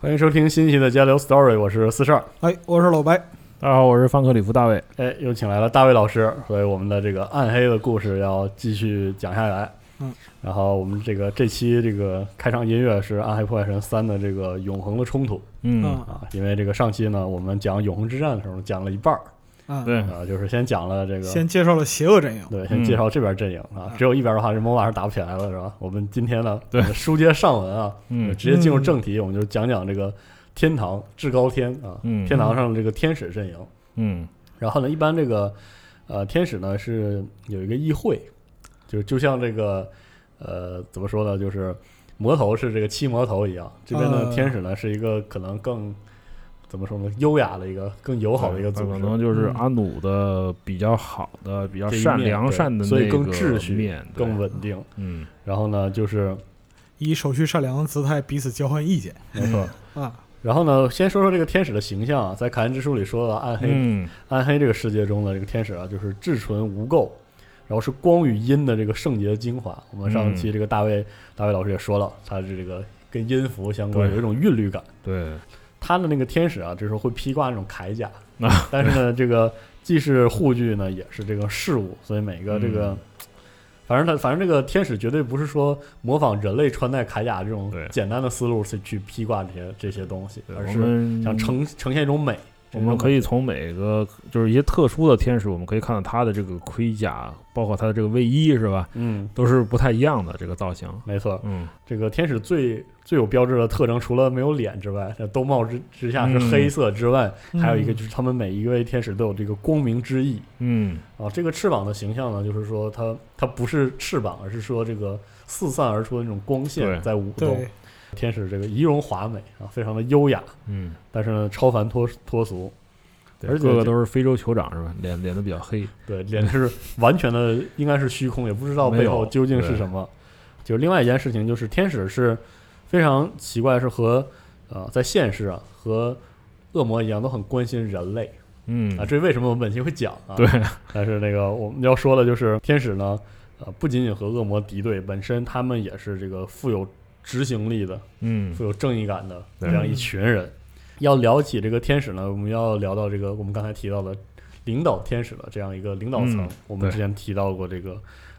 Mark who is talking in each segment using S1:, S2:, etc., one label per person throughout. S1: 欢迎收听新一期的交流 Story，我是四十二。
S2: 哎，我是老白，
S3: 大家好，我是范克里夫大卫。
S1: 哎，又请来了大卫老师，所以我们的这个暗黑的故事要继续讲下来。
S2: 嗯，
S1: 然后我们这个这期这个开场音乐是《暗黑破坏神三》的这个永恒的冲突
S3: 嗯，
S2: 嗯
S1: 啊，因为这个上期呢，我们讲永恒之战的时候讲了一半儿
S2: 啊，
S3: 对，
S1: 啊，就是先讲了这个，
S2: 先介绍了邪恶阵营，
S1: 对，先介绍这边阵营啊，
S2: 嗯
S1: 只有一边的话，这 MOBA 是打不起来了，是吧？我们今天呢，
S3: 对
S1: 我们书接上文啊，
S3: 嗯
S1: 直接进入正题，我们就讲讲这个天堂至高天啊，
S3: 嗯
S1: 天堂上的这个天使阵营。
S3: 嗯
S1: 然后呢，一般这个呃天使呢是有一个议会，就就像这个呃怎么说呢，就是魔头是这个七魔头一样，这边
S3: 嗯
S1: 呢、
S2: 啊
S1: 天使呢是一个可能更怎么说呢，优雅的一个更友好的一个组
S3: 可
S1: 织。
S3: 能就是
S2: 嗯
S3: 阿努的比较好的、比较
S1: 这一
S3: 善
S1: 面
S3: 良
S1: 对
S3: 善的那
S1: 所以更
S3: 个
S1: 秩序
S3: 面、对
S1: 更稳定。
S3: 嗯，
S1: 然后呢，就是
S2: 以手续善良的姿态彼此交换意见
S1: 没
S3: 嗯
S1: 错。
S2: 啊，
S1: 然后呢，先说说这个天使的形象啊，在凯恩之书里说了，暗黑、
S3: 嗯
S1: 暗黑这个世界中的这个天使啊，就是至纯无垢，然后是光与阴的这个圣洁的精华。我们上期这个大卫、大卫老师也说了，他是这个跟音符相关，
S3: 对
S1: 有一种韵律感。
S3: 对，
S1: 他的那个天使啊，这时候会披挂那种铠 甲，
S3: 啊
S1: 但是呢，这个既是护具呢，也是这个事物，所以每个这个。
S3: 嗯
S1: 反正他，反正这个天使绝对不是说模仿人类穿戴铠甲这种
S3: 对
S1: 简单的思路去去披挂这些这些东西，
S3: 对
S1: 而
S3: 我
S1: 是
S3: 们
S1: 想呈呈现一种美。
S3: 我们可以从每个就是一些特殊的天使，我们可以看到他的这个盔甲，包括他的这个卫衣是吧，
S1: 嗯，
S3: 都是不太一样的这个造型。
S1: 没错，
S3: 嗯，
S1: 这个天使最最有标志的特征，除了没有脸之外，在兜帽之之下是黑色之外，
S2: 嗯
S1: 还有一个就是他们每一位天使都有这个光明之翼
S3: 嗯，
S1: 啊。这个翅膀的形象呢，就是说它它不是翅膀，而是说这个四散而出的那种光线
S3: 对
S1: 在舞动
S2: 对。，
S1: 天使这个仪容华美啊，非常的优雅，
S3: 嗯，
S1: 但是呢超凡脱脱俗，
S3: 对
S1: 而且
S3: 个个
S1: 这啊
S3: 都是非洲酋长是吧？脸脸都比较黑。
S1: 对，脸是完全的应该是虚空，也不知道
S3: 没
S1: 背
S3: 有
S1: 后究竟是
S3: 对
S1: 什么。就另外一件事情，就是天使是非常奇怪，是和呃在现世啊和恶魔一样，都很关心人类
S3: 嗯
S1: 啊。，这为什么我们本期会讲啊？
S3: 对，
S1: 但是那个我们要说的就是天使呢，呃，不仅仅和恶魔敌对，本身他们也是这个富有执行力的、
S3: 嗯
S1: 富有正义感的这
S3: 对
S1: 样一群人。要聊起这个天使呢，我们要聊到这个我们刚才提到的领导天使的这样一个领导层。
S3: 嗯
S1: 我们
S3: 对
S1: 之前提到过这个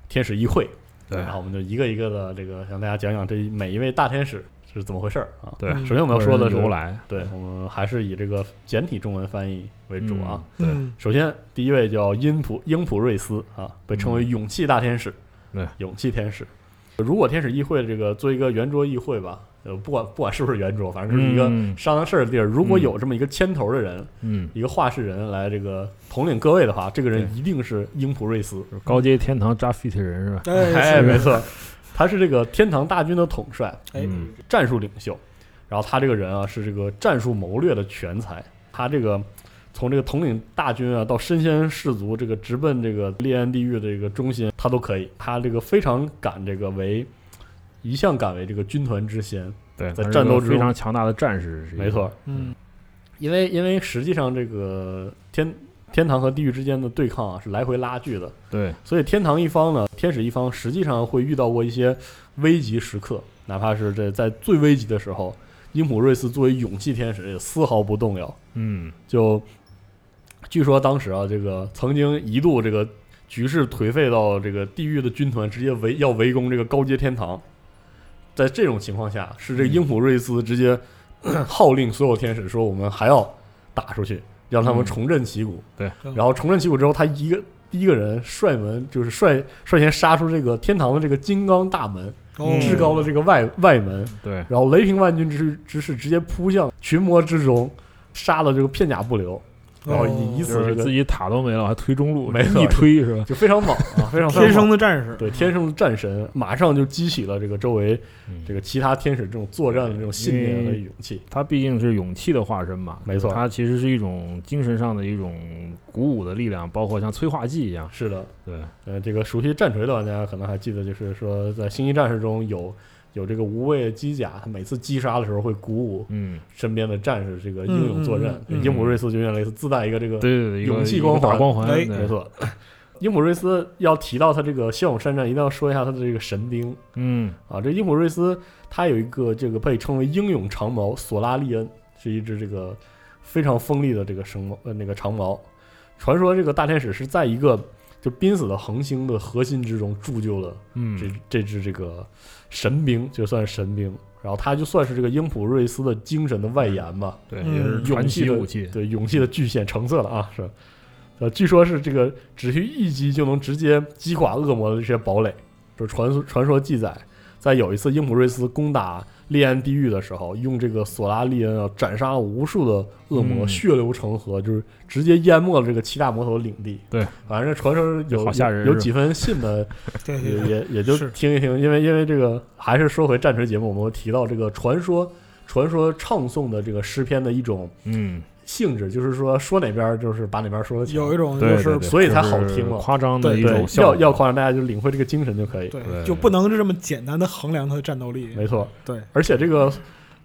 S1: 天使议会，
S3: 对
S1: 然后我们就一个一个的这个向大家讲讲这每一位大天使是怎么回事儿啊。
S3: 对，
S2: 嗯
S1: 首先我们要说的是
S3: 由，来，
S1: 对我们还是以这个简体中文翻译为主啊。
S3: 嗯，
S2: 嗯，
S1: 首先第一位叫英普英普瑞斯啊，被称为
S3: 嗯
S1: 勇气大天使，
S3: 对，
S1: 勇气天使。如果天使议会这个做一个圆桌议会吧，呃，不管不管是不是圆桌，反正就是一个
S3: 嗯
S1: 商量事儿的地儿。如果
S3: 嗯
S1: 有这么一个牵头的人，
S3: 嗯，
S1: 一个话事人来这个统领各位的话，这个人
S3: 对
S1: 一定是英普瑞斯。
S3: 高阶天堂扎 fit 人是吧？
S2: 哎，
S1: 哎，
S2: 是
S1: 没，错，他是这个天堂大军的统帅、
S2: 哎，
S3: 嗯
S1: 战术领袖，然后他这个人啊是这个战术谋略的全才，他这个从这个统领大军啊到身先士卒，这个直奔这个烈焰地狱的这个中心，他都可以。他这个非常敢这个为，一向敢为这个军团之先，
S3: 对，
S1: 在
S3: 他是
S1: 战斗
S3: 个
S1: 之
S3: 非
S1: 中
S3: 常强大的战士，是一个
S1: 没错。，
S2: 嗯，
S1: 因为因为实际上这个天天堂和地狱之间的对抗啊是来回拉锯的。
S3: 对，
S1: 所以天堂一方呢，天使一方实际上会遇到过一些危急时刻，哪怕是这在最危急的时候，英普瑞斯作为勇气天使也丝毫不动摇。
S3: 嗯，
S1: 就据说当时啊，这个曾经一度这个局势颓废到这个地狱的军团直接围要围攻这个高阶天堂。在这种情况下，是
S3: 嗯
S1: 这个英普瑞斯直接 号令所有天使说：“我们还要打出去，让他们
S3: 嗯
S1: 重振旗鼓。
S3: 对
S2: 嗯
S1: 然后重振旗鼓之后，他一个第一个人率门就是率率先杀出这个天堂的这个金刚大门，
S2: 哦，
S1: 至高的这个
S3: 嗯
S1: 外外门，
S3: 对，
S1: 然后雷霆万钧之势之势直接扑向群魔之中，杀了这个片甲不留，然后以以
S2: 哦
S1: 此
S3: 就
S1: 这
S3: 是
S1: 个
S3: 自己塔都没了，还推中路，
S1: 没错
S3: 一推是吧？
S1: 就非常猛啊，非常非常
S2: 天生
S1: 猛
S2: 的战士，
S1: 对天生的战神，马上就激起了这个周围
S3: 嗯
S1: 这个其他天使这种作战的这种信念和勇气。
S3: 它毕竟是勇气的化身嘛，
S1: 没错
S3: 它其实是一种精神上的一种鼓舞的力量，包括像催化剂一样。
S1: 是的，
S3: 对，
S1: 呃，这个熟悉战锤的玩家可能还记得，就是说在星际战士中有有这个无畏机甲，他每次击杀的时候会鼓舞
S3: 嗯，
S1: 身边的战士这个英勇作战。
S2: 嗯嗯嗯嗯
S1: 英姆瑞斯就有点类似自带一个这个
S3: 对对对，一个
S1: 勇气
S3: 一个
S1: 光环
S3: 大光环，
S2: 哎
S3: 对
S1: 没，错。英普瑞斯要提到他这个骁勇善战，一定要说一下他的这个神兵
S3: 嗯，
S1: 啊。这英普瑞斯他有一个这个被称为英勇长矛索拉利恩，是一只这个非常锋利的这个绳矛呃那个长矛。传说这个大天使是在一个就濒死的恒星的核心之中铸就了这
S3: 嗯，
S1: 这支这个神兵，就算是神兵。然后他就算是这个英普瑞斯的精神的外延吧，
S3: 对，
S2: 嗯
S3: 也是传奇武器，
S1: 对勇气的巨献橙色了啊，是，呃，据说是这个只需一击就能直接击垮恶魔的这些堡垒。就传说传说记载，在有一次英普瑞斯攻打烈安地狱的时候，用这个索拉利恩啊斩杀了无数的恶魔，
S3: 嗯
S1: 血流成河，就是直接淹没了这个七大魔头的领地。
S3: 对，
S1: 反正传说有
S3: 好吓人
S1: 有
S3: 是吧
S1: 几分信的
S2: 对
S1: 也
S2: 对对，
S1: 也也就是听一听，因为因为这个还是说回战锤节目，我们提到这个传说传说唱诵的这个诗篇的一种
S3: 嗯，
S1: 性质，就是说说哪边儿就是把哪边儿说的强，
S2: 有一种就
S3: 对，
S2: 是
S3: 对对
S1: 所以才好听嘛
S3: 就是夸张的
S2: 对
S3: 一
S1: 对
S3: 种效
S1: 要
S3: 果，
S1: 要夸张，大家就领会这个精神就可以。
S3: 对
S2: 对，就不能这么简单的衡量他的战斗力，
S1: 没错，
S2: 对，
S1: 而且这个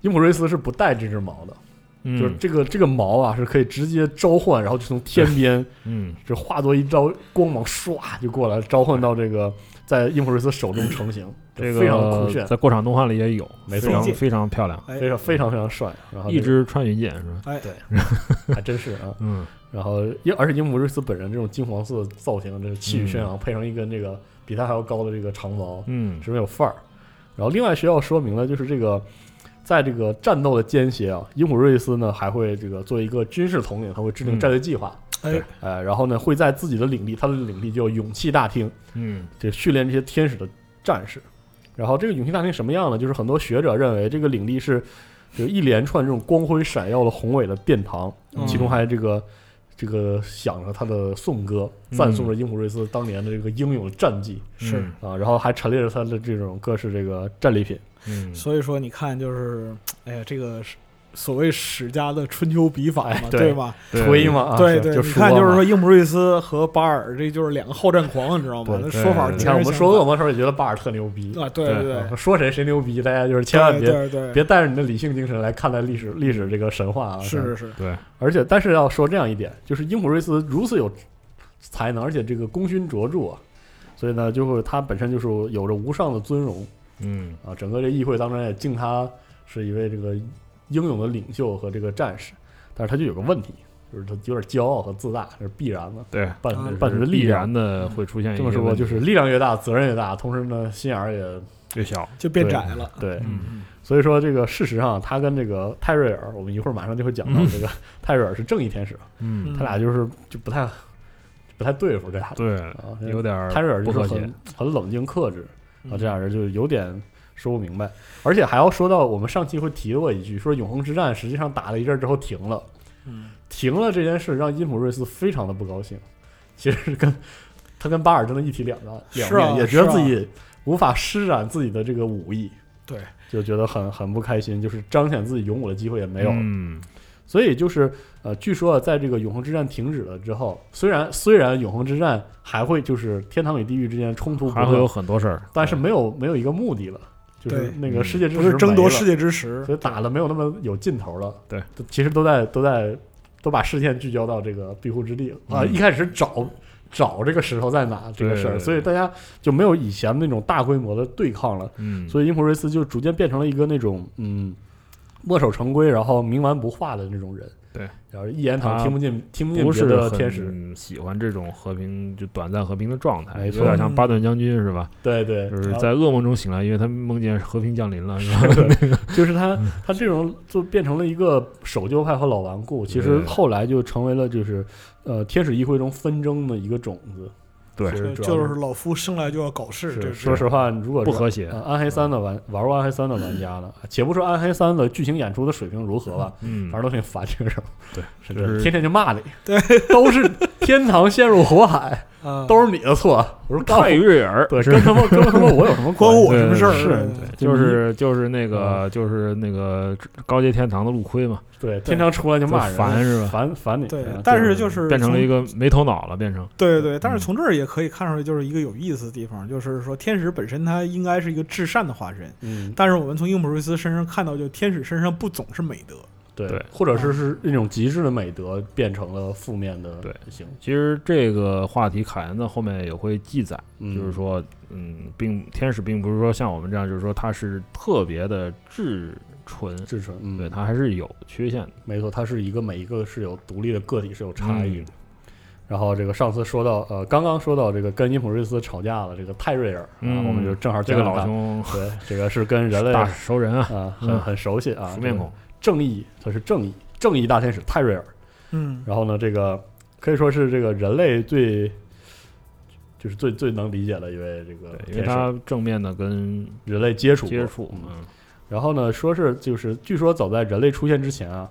S1: 英普瑞斯是不带这只矛的，
S3: 嗯，
S1: 就是这个这个矛啊是可以直接召唤，然后就从天 边
S3: 嗯，
S1: 就化作一道光芒唰就过来，召唤到这个在英普瑞斯手中成型，
S3: 这
S1: 非常酷
S3: 个
S1: 炫，
S3: 在过场动画里也有，
S1: 没错
S3: 非常
S2: 飞剑
S3: 非常漂亮，
S2: 哎
S1: 非常非常非常帅，然后这
S3: 一
S1: 个
S3: 支穿云箭是吧？
S2: 哎，
S1: 还真是啊。
S3: 嗯，
S1: 然后，因而且英姆瑞斯本人这种金黄色造型，这个气宇
S3: 嗯
S1: 轩昂，配上一根这个比他还要高的这个长矛，
S3: 嗯，
S1: 十分有范儿。然后，另外需要说明的就是这个，在这个战斗的间歇啊，英姆瑞斯呢还会这个做一个军事统领，他会制定
S3: 嗯
S1: 战略计划，
S2: 哎，
S1: 呃，然后呢会在自己的领地，他的领地叫勇气大厅，
S3: 嗯，
S1: 这训练这些天使的战士。然后这个勇气大厅什么样呢？就是很多学者认为这个领地是有一连串这种光辉闪耀的宏伟的殿堂，
S2: 嗯
S1: 其中还这个这个响着他的颂歌，
S3: 嗯
S1: 赞颂着英普瑞斯当年的这个英勇的战绩
S2: 是，
S1: 啊，然后还陈列着他的这种各式这个战利品。
S3: 嗯，嗯，
S2: 所以说你看就是，哎呀，这个是所谓史家的春秋笔法
S1: 哎
S2: 嘛，
S1: 对
S2: 对吧？
S3: 对
S1: 吹嘛，啊
S2: 对
S1: 是
S2: 对，
S1: 就
S2: 你
S1: 说
S2: 看就是
S1: 嘛
S2: 说，。英布瑞斯和巴尔，这就是两个好战狂，你知道吗？
S1: 对
S2: 那说法
S3: 对
S1: 你
S2: 截
S1: 看，
S2: 然
S1: 我们
S2: 相
S1: 说恶
S2: 反
S1: 魔的时候也觉得巴尔特牛逼，
S2: 啊，对对
S3: 对
S2: 对，
S1: 说谁谁牛逼，大家就是千万别
S2: 对对对，
S1: 别带着你的理性精神来看待历史历史这个神话啊。
S2: 是是是，
S3: 对，
S1: 而且，但是要说这样一点，就是英普瑞斯如此有才能，而且这个功勋卓著啊，所以呢，就是他本身就是有着无上的尊荣
S3: 嗯，
S1: 啊。整个这议会当中也敬他是一位这个英勇的领袖和这个战士，但是他就有个问题，就是他有点骄傲和自大，这是必然的，
S3: 对，
S1: 伴
S2: 啊
S1: 伴随着
S3: 必
S1: 力量。
S3: 然的会出现一
S1: 这么
S3: 些
S1: 说吧，
S3: 问题
S1: 就是力量越大，责任越大，同时呢，心眼儿也
S3: 越小，
S2: 就变
S1: 对啊
S2: 窄了。
S1: 对。
S3: 嗯
S1: 所以说，这个事实上，他跟这个泰瑞尔，我们一会儿马上就会讲到，这 个泰瑞尔是正义天使，
S3: 嗯，
S1: 他俩就是就不太不太对付这俩人
S3: 对，
S1: 啊，
S3: 有点儿
S1: 泰瑞尔就
S3: 不
S1: 是
S3: 和谐
S1: 很，很冷静克制，
S2: 嗯
S1: 啊，这俩人就有点说不明白，而且还要说到我们上期会提过一句，说永恒之战实际上打了一阵儿之后停了，
S2: 嗯
S1: 停了这件事让因普瑞斯非常的不高兴，其实是跟他跟巴尔真的一体两面，两
S2: 是啊
S1: 面也觉得
S2: 是
S1: 自
S2: 啊
S1: 己无法施展自己的这个武艺，
S2: 对，
S1: 就觉得很很不开心，就是彰显自己勇武的机会也没有了。
S3: 嗯，
S1: 所以就是呃，据说啊在这个永恒之战停止了之后，虽然虽然永恒之战还会就是天堂与地狱之间冲突不
S3: 还会有
S1: 断，
S3: 很多事儿，
S1: 但是没有没有一个目的了，就是
S2: 对
S1: 那个世界之
S2: 不
S1: 石
S2: 是争夺
S1: 没了
S2: 世，界之石，
S1: 所以打的没有那么有劲头了。
S3: 对，
S1: 其实都在都在都把视线聚焦到这个庇护之地啊、
S3: 嗯
S1: 一开始是找。找这个石头在哪这个事儿，
S3: 对对对
S1: 所以大家就没有以前那种大规模的对抗了，
S3: 嗯，
S1: 所以英普瑞斯就逐渐变成了一个那种嗯墨守成规，然后冥顽不化的那种人。
S3: 对，
S1: 然后一言堂
S3: 他
S1: 听不见听不见
S3: 不
S1: 别
S3: 是
S1: 的
S3: 很
S1: 天使，
S3: 喜欢这种和平就短暂和平的状态，
S1: 没错
S3: 有点像巴顿将军是吧？
S1: 对对，
S3: 就是
S1: 然后
S3: 在噩梦中醒来，因为他梦见和平降临了， 是吧？
S1: 就是他
S3: 嗯
S1: 他这种就变成了一个守旧派和老顽固，其实
S3: 对
S1: 后来就成为了就是呃天使议会中纷争的一个种子。
S3: 对
S1: 其实主要
S2: 就是老夫生来就要搞事，这
S1: 是
S2: 是
S1: 说实话，你如果
S3: 不
S1: 是
S3: 和谐
S1: 呃。暗黑三的玩玩过暗黑三的玩家呢，且不说暗黑三的剧情演出的水平如何吧，
S3: 嗯
S1: 反，正都挺烦这个人，
S3: 对，
S1: 是
S3: 就
S1: 真的
S3: 是
S1: 天天就骂 你，对，都是天堂陷入火海，
S2: 啊，
S1: 都是你的错。我说干
S3: 泰瑞尔
S1: 对，跟他妈跟他妈我有什么
S2: 关
S1: 系
S2: 我什么事儿？
S3: 对
S2: 对
S1: 是啊
S3: 就是就是那个就是那个高阶天堂的陆亏嘛，
S1: 对，天堂出来就骂人，
S3: 就烦是吧
S1: 烦烦你。
S2: 对
S1: 嗯
S2: 但是就是
S3: 变成了
S2: 从
S3: 一个没头脑了，变成
S2: 对对，但
S3: 嗯
S2: 是从这儿也可以看出来，就是一个有意思的地方，就是说天使本身它应该是一个至善的化身，
S1: 嗯，
S2: 但是我们从英普瑞斯身上看到，就天使身上不总是美德。
S1: 对
S3: 对
S1: 或
S2: 嗯
S1: 者是是那种极致的美德变成了负面的
S3: 对
S1: 行，
S3: 其实这个话题凯恩呢后面也会记载，
S1: 嗯
S3: 就是说，嗯，并天使并不是说像我们这样，就是说他是特别的至纯，
S1: 至纯，嗯，
S3: 对，他还是有缺陷的。
S1: 没错，它是一个每一个是有独立的个体，是有差异的。
S3: 嗯
S1: 然后这个上次说到，呃，刚刚说到这个跟伊普瑞斯吵架了，这个泰瑞尔，
S3: 嗯
S1: 然后我们就正好
S3: 这个
S1: 讲到
S3: 老
S1: 他，
S3: 兄
S1: 对，这个是跟人类
S3: 大
S1: 啊、
S3: 熟人啊，
S1: 很
S3: 嗯
S1: 很熟悉啊，
S3: 熟面孔，，
S1: 正义，他是正义，正义大天使泰瑞尔。
S2: 嗯，
S1: 然后呢，这个可以说是这个人类最，就是最最能理解的一位这个
S3: 对，因
S1: 天
S3: 为
S1: 使，
S3: 他正面的跟
S1: 人类接触过
S3: 接触，
S1: 嗯
S3: 嗯，
S1: 然后呢，说是就是，据说早在人类出现之前啊，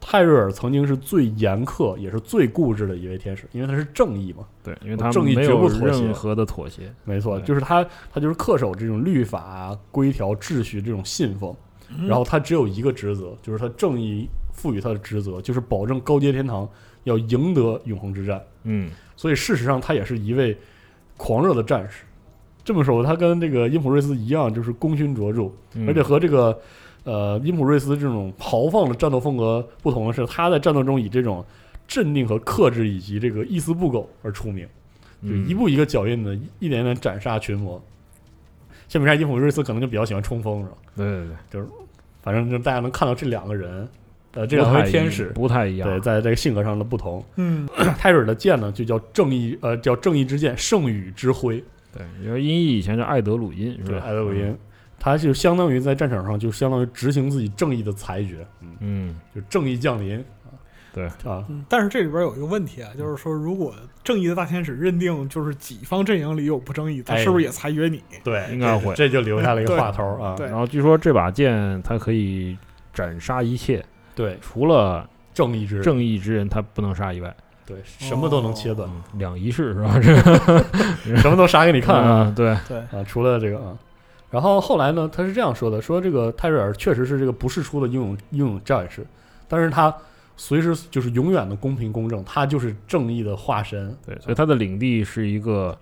S1: 泰瑞尔曾经是最严苛也是最固执的一位天使，因为他是正义嘛。
S3: 对，因为他
S1: 正义
S3: 没
S1: 绝
S3: 有
S1: 不妥协
S3: 任何的妥协，
S1: 没错，
S3: 对
S1: 就是他，他就是恪守这种律法啊、规条、秩序这种信奉。
S2: 嗯
S1: 然后他只有一个职责，就是他正义赋予他的职责，就是保证高阶天堂要赢得永恒之战。
S3: 嗯，
S1: 所以事实上，他也是一位狂热的战士。这么说，他跟这个因普瑞斯一样，就是功勋卓著。
S3: 嗯
S1: 而且和这个呃因普瑞斯这种豪放的战斗风格不同的是，他在战斗中以这种镇定和克制，以及这个一丝不苟而出名，就
S3: 嗯
S1: 一步一个脚印的，一一点点斩杀群魔。相比之下，因普瑞斯可能就比较喜欢冲锋，是吧？
S3: 对对对，
S1: 反正就大家能看到这两个人，呃，这
S3: 不
S1: 两
S3: 太
S1: 位天
S3: 一
S1: 使，
S3: 不太一样，啊
S1: 对，在这个性格上的不同。
S2: 嗯，
S1: 泰瑞尔的剑呢，就叫正义，呃，叫正义之剑，圣羽之辉。
S3: 对，因为音译以前叫艾德鲁因是
S1: 对，
S3: 吧？
S1: 艾德鲁因，他就相当于在战场上，就相当于执行自己正义的裁决。嗯，
S3: 嗯，
S1: 就正义降临。
S3: 对
S1: 啊，
S2: 嗯但是这里边有一个问题啊，就是说，如果正义的大天使认定就是己方阵营里有不正义，他
S1: 哎
S2: 是不是也裁决你？
S1: 对，
S3: 应该会
S1: 这就留下了一个话头啊。
S2: 对
S3: 然后据说这把剑它可以斩杀一切，
S1: 对，
S3: 除了
S1: 正义之人，
S3: 正义之人他不能杀以外，
S1: 对，什么都能切断，
S3: 嗯，两仪式是吧？ 这
S1: 什么都杀给你看啊
S3: 嗯对，
S2: 对，
S1: 啊！除了这个啊，然后后来呢，他是这样说的：说这个泰瑞尔确实是这个不世出的英勇英勇战士，但是他随时就是永远的公平公正，他就是正义的化身，
S3: 对，所以他的领地是一个，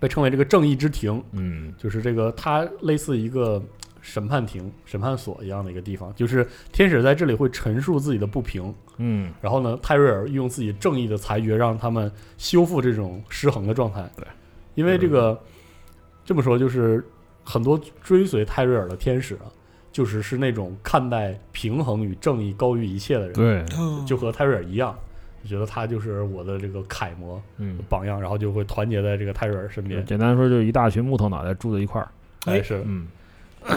S1: 被称为这个正义之庭，
S3: 嗯，
S1: 就是这个它类似一个审判庭、审判所一样的一个地方，就是天使在这里会陈述自己的不平，
S3: 嗯，
S1: 然后呢，泰瑞尔用自己正义的裁决让他们修复这种失衡的状态。
S3: 对，
S1: 因为这个这么说，就是很多追随泰瑞尔的天使啊，就是是那种看待平衡与正义高于一切的人，
S3: 对，
S2: 嗯
S1: 就和泰瑞尔一样，就觉得他就是我的这个楷模
S3: 嗯，
S1: 榜样，然后就会团结在这个泰瑞尔身边。
S3: 简单说就是一大群木头脑袋住在一块儿，
S1: 哎，是，
S3: 嗯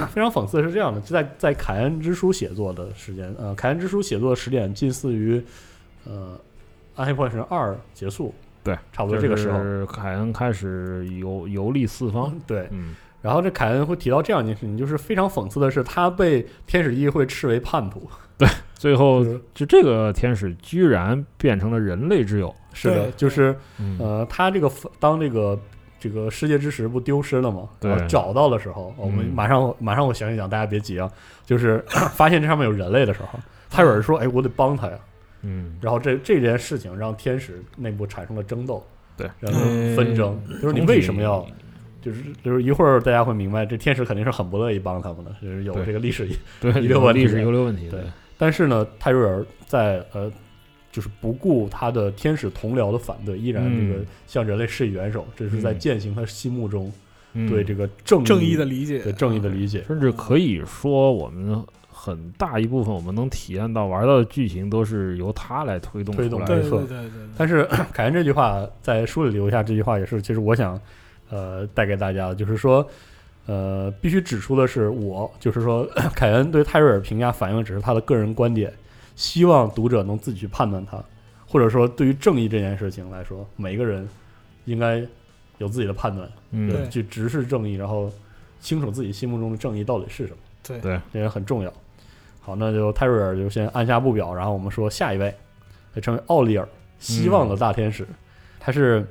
S1: 非常讽刺的是这样的，就在在凯恩之书写作的时间，呃，凯恩之书写作的时点近似于，呃，暗黑破坏神二结束，
S3: 对，
S1: 差不多这个时候，
S3: 就是凯恩开始游游历四方，
S1: 对。
S3: 嗯，
S1: 然后这凯恩会提到这样一件事情，就是非常讽刺的是，他被天使议会斥为叛徒，
S3: 最后
S1: 就是
S3: 就这个天使居然变成了人类之友，
S1: 是的，
S2: 对
S1: 就是
S3: 嗯，
S1: 呃，他这个当这个这个世界之石不丢失了吗？
S3: 对
S1: 然后找到的时候，我们
S3: 嗯
S1: 马上马上我想一想，大家别急啊，就是 发现这上面有人类的时候，泰瑞尔说：“哎，我得帮他呀。”
S3: 嗯，
S1: 然后这这件事情让天使内部产生了争斗，
S3: 对，
S2: 嗯
S3: 嗯
S1: 然后纷争，就是你为什么要，就是就是一会儿大家会明白，这天使肯定是很不乐意帮他们的，就是有
S3: 对
S1: 这个历史。
S3: 对
S1: 遗留问题
S3: 历史遗留问题，
S1: 对但是呢，泰瑞尔在呃，就是不顾他的天使同僚的反对，依然这个
S3: 嗯
S1: 向人类施以援手，这是在
S3: 嗯
S1: 践行他心目中
S3: 嗯
S1: 对这个正嗯
S2: 正义的理解，
S1: 对正义的理解。
S3: 甚至可以说，我们很大一部分我们能体验到玩到的剧情都是由他来推动
S1: 推
S3: 出
S1: 动
S3: 来
S1: 对
S3: 的。
S2: 啊对
S1: 没
S2: 对
S1: 错
S2: 对对对，
S1: 但是 凯恩这句话在书里留下这句话也是，其实我想呃带给大家的，就是说呃必须指出的是我，就是说 凯恩对泰瑞尔评价反映只是他的个人观点，希望读者能自己去判断他，或者说对于正义这件事情来说，每个人应该有自己的判断，
S2: 对
S3: 嗯，
S1: 去直视正义，然后清楚自己心目中的正义到底是什么。
S2: 对
S3: 对
S1: 这也很重要。好，那就泰瑞尔就先按下不表，然后我们说下一位，被称为奥利尔，希
S3: 嗯
S1: 望的大天使，她是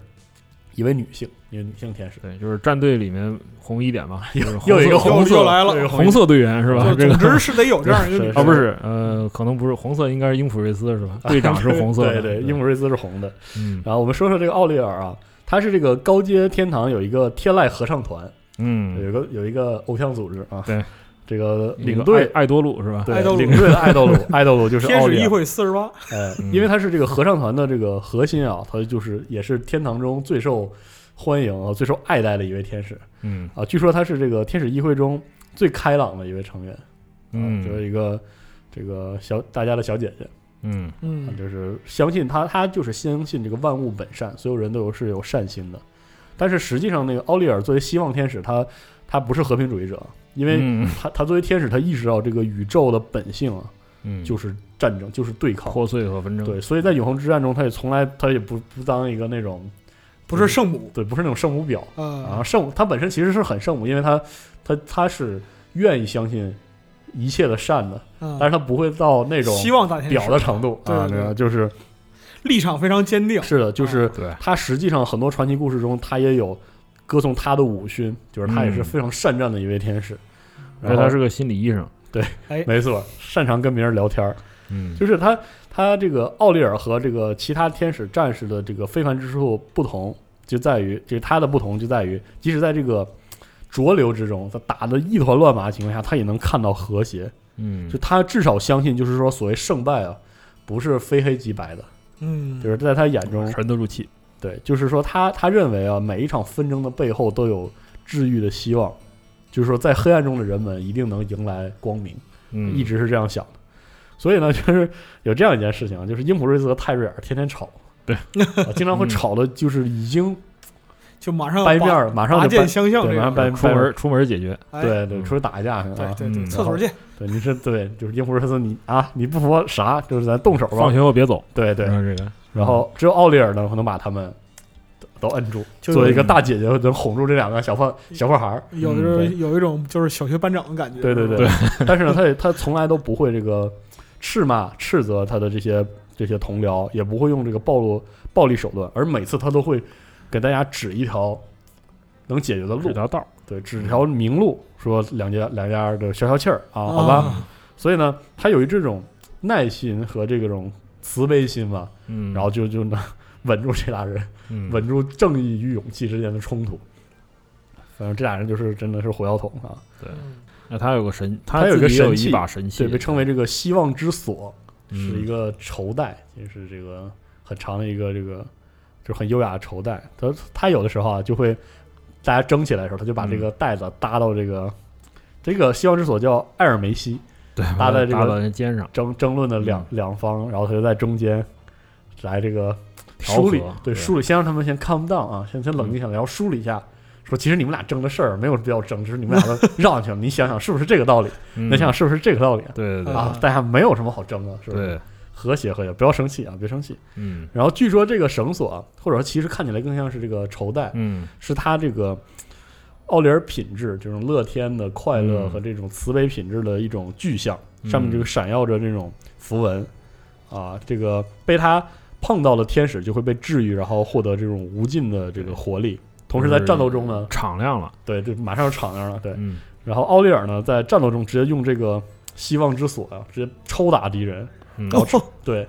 S1: 一位女性，一位女性天 使，
S3: 对，就是战队里面红一点嘛，就是红
S1: 又
S3: 色
S1: 一个红色
S2: 又来了啊
S1: 又一个
S3: 红色队员是吧？
S2: 就
S3: 这个
S2: 总之是得有这样一个女
S1: 是
S3: 啊，不是，呃，可能不是红色，应该是英普瑞斯是吧？队长是红色
S1: 啊 对
S3: 的，
S1: 对，伊姆瑞斯是红的。
S3: 嗯
S1: 然后我们说说这个奥利尔啊，她是这个高阶天堂有一个天籁合唱团，有
S3: 嗯，
S1: 一个有一个偶像组织啊，
S3: 对，
S1: 这个
S3: 那
S1: 领
S3: 个
S1: 队。
S3: 爱爱多路是吧？
S2: 爱
S1: 对，
S2: 豆
S1: 领队的爱豆鲁，爱豆鲁就是
S2: 天
S1: 奥
S2: 使
S1: 利
S2: 议
S1: 尔，
S2: 会四十八，
S1: 呃，
S3: 嗯
S1: 因为他是这个合唱团的这个核心啊，他就是也是天堂中最受欢迎啊、最受爱戴的一位天使
S3: 嗯
S1: 啊。据说他是这个天使议会中最开朗的一位成员，啊就是
S3: 嗯
S1: 一个这个小大家的小姐姐，
S3: 嗯
S1: 啊
S2: 嗯，
S1: 就是相信他，他就是相信这个万物本善，所有人都有是有善心的。但是实际上，那个奥利尔作为希望天使，他他不是和平主义者，因为
S3: 嗯
S1: 他他作为天使，他意识到这个宇宙的本性啊，
S3: 嗯，
S1: 就是战争，就是对抗。
S3: 破碎和纷争，
S1: 对，所以在永恒之战中，他也从来他也不不当一个那种，
S2: 不是圣母，
S1: 对，不是那种圣母婊嗯啊，
S2: 啊，
S1: 圣母他本身其实是很圣母，因为他他他是愿意相信一切的善的，但是
S2: 嗯
S1: 他不会到那种
S2: 希望大天使
S1: 婊的程度
S2: 对
S1: 啊，
S2: 对
S1: 那个
S2: 对嗯
S1: 就是
S2: 立场非常坚定，
S1: 是的，就是
S3: 对，
S1: 他实际上很多传奇故事中，他也有歌颂他的武勋，就是他也是
S3: 嗯
S1: 非常善战的一位天使，
S2: 嗯
S3: 而且
S1: 然
S3: 他
S1: 后
S3: 是个心理医生，
S1: 没错，擅长跟别人聊天儿。
S3: 嗯，
S1: 就是他他这个奥利尔和这个其他天使战士的这个非凡之处不同，就在于就是他的不同就在于，即使在这个浊流之中，他打得一团乱麻的情况下，他也能看到和谐。
S3: 嗯，
S1: 就他至少相信，就是说所谓胜败啊，不是非黑即白的，
S2: 嗯，
S1: 就是在他眼中，
S3: 沉得住气，
S1: 对，就是说他他认为啊，每一场纷争的背后都有治愈的希望，就是说在黑暗中的人们一定能迎来光明。
S3: 嗯，
S1: 一直是这样想的。所以呢，就是有这样一件事情啊，就是英普瑞斯和泰瑞尔天天吵，
S3: 对
S1: 啊，经常会
S3: 嗯
S1: 吵的，就是已经
S2: 就马上
S1: 掰面
S2: 拔
S1: 儿，马上
S2: 拔
S1: 就掰
S2: 剑，相向
S1: 对，
S2: 这
S1: 马上
S2: 个，
S1: 掰
S3: 出
S1: 掰面儿，
S3: 门出门解决，
S2: 哎
S1: 对对，
S3: 嗯
S1: 出去打一架去啊
S2: 对，对
S3: 嗯
S2: 对，
S3: 然
S2: 厕
S1: 后
S2: 所见，
S1: 对，你是对，就是英普瑞斯，你啊，你不服啥？就是咱动手
S3: 放嗯
S1: 吧，
S3: 学后别走，
S1: 对对
S3: 然。后这个，
S1: 然后只有奥利尔呢，可能把他们都都摁住，
S2: 就
S1: 作为一个大姐姐，能哄住这两个小胖小破孩儿。
S2: 有的时候有一种就是小学班长的感
S1: 嗯
S2: 觉，
S1: 对对对，
S3: 对
S1: 但是呢，他也他从来都不会这个斥骂、斥责他的这些这些同僚，也不会用这个暴露暴力手段，而每次他都会给大家指一条能解决的
S3: 这
S1: 路，
S3: 条道儿，
S1: 对，指条明路，说两家两家的消消气儿啊，
S2: 啊
S1: 好吧。所以呢，他有一这种耐心和这种慈悲心嘛，
S3: 嗯，
S1: 然后就就能 稳住这俩人，
S3: 嗯
S1: 稳住正义与勇气之间的冲突。反正这俩人就是真的是火药桶啊，
S2: 嗯
S3: 那他有个神，
S1: 他有
S3: 自
S1: 一个
S3: 己
S1: 神
S3: 有一
S1: 器
S3: 把神器，嗯
S1: 对，被称为这个希望之锁。是一
S3: 个，
S1: 个绸带，就是这个很长的一个这个，就是很优雅的绸带。它它有的时候啊，就会大家争起来的时候，他就把这个带子搭到这个、这个希望之所叫艾尔梅西
S3: 对，
S1: 搭在这
S3: 搭
S1: 个
S3: 到人肩上，
S1: 争争论的两、两方，然后他就在中间来这个
S3: 调
S1: 梳理
S3: 和，
S1: 对
S3: 对
S1: 梳理，先让他们先 calm down 啊，先先冷静下来，然后梳理一下。说，其实你们俩争的事儿没有必要争，只是你们俩都 让去了。你想想是不是这个道理？
S3: 那
S1: 那想想是不是这个道嗯理啊？
S3: 对对对
S1: 啊，大家没有什么好争的，是不是？
S3: 对，
S1: 和谐和谐，不要生气啊，别生气。
S3: 嗯
S1: 然后据说这个绳索啊，或者说其实看起来更像是这个绸带，
S3: 嗯
S1: 是他这个奥利尔品质，这种乐天的快乐
S3: 嗯
S1: 和这种慈悲品质的一种具象，
S3: 嗯
S1: 上面这个闪耀着这种符文啊，这个被他碰到的天使就会被治愈，然后获得这种无尽的这个活力。同时在战斗中呢，
S3: 敞亮了，
S1: 对，这马上要场上了，对。
S3: 嗯
S1: 然后奥利尔呢，在战斗中直接用这个希望之锁啊，直接抽打敌人，
S3: 嗯，
S2: 哦，
S1: 对，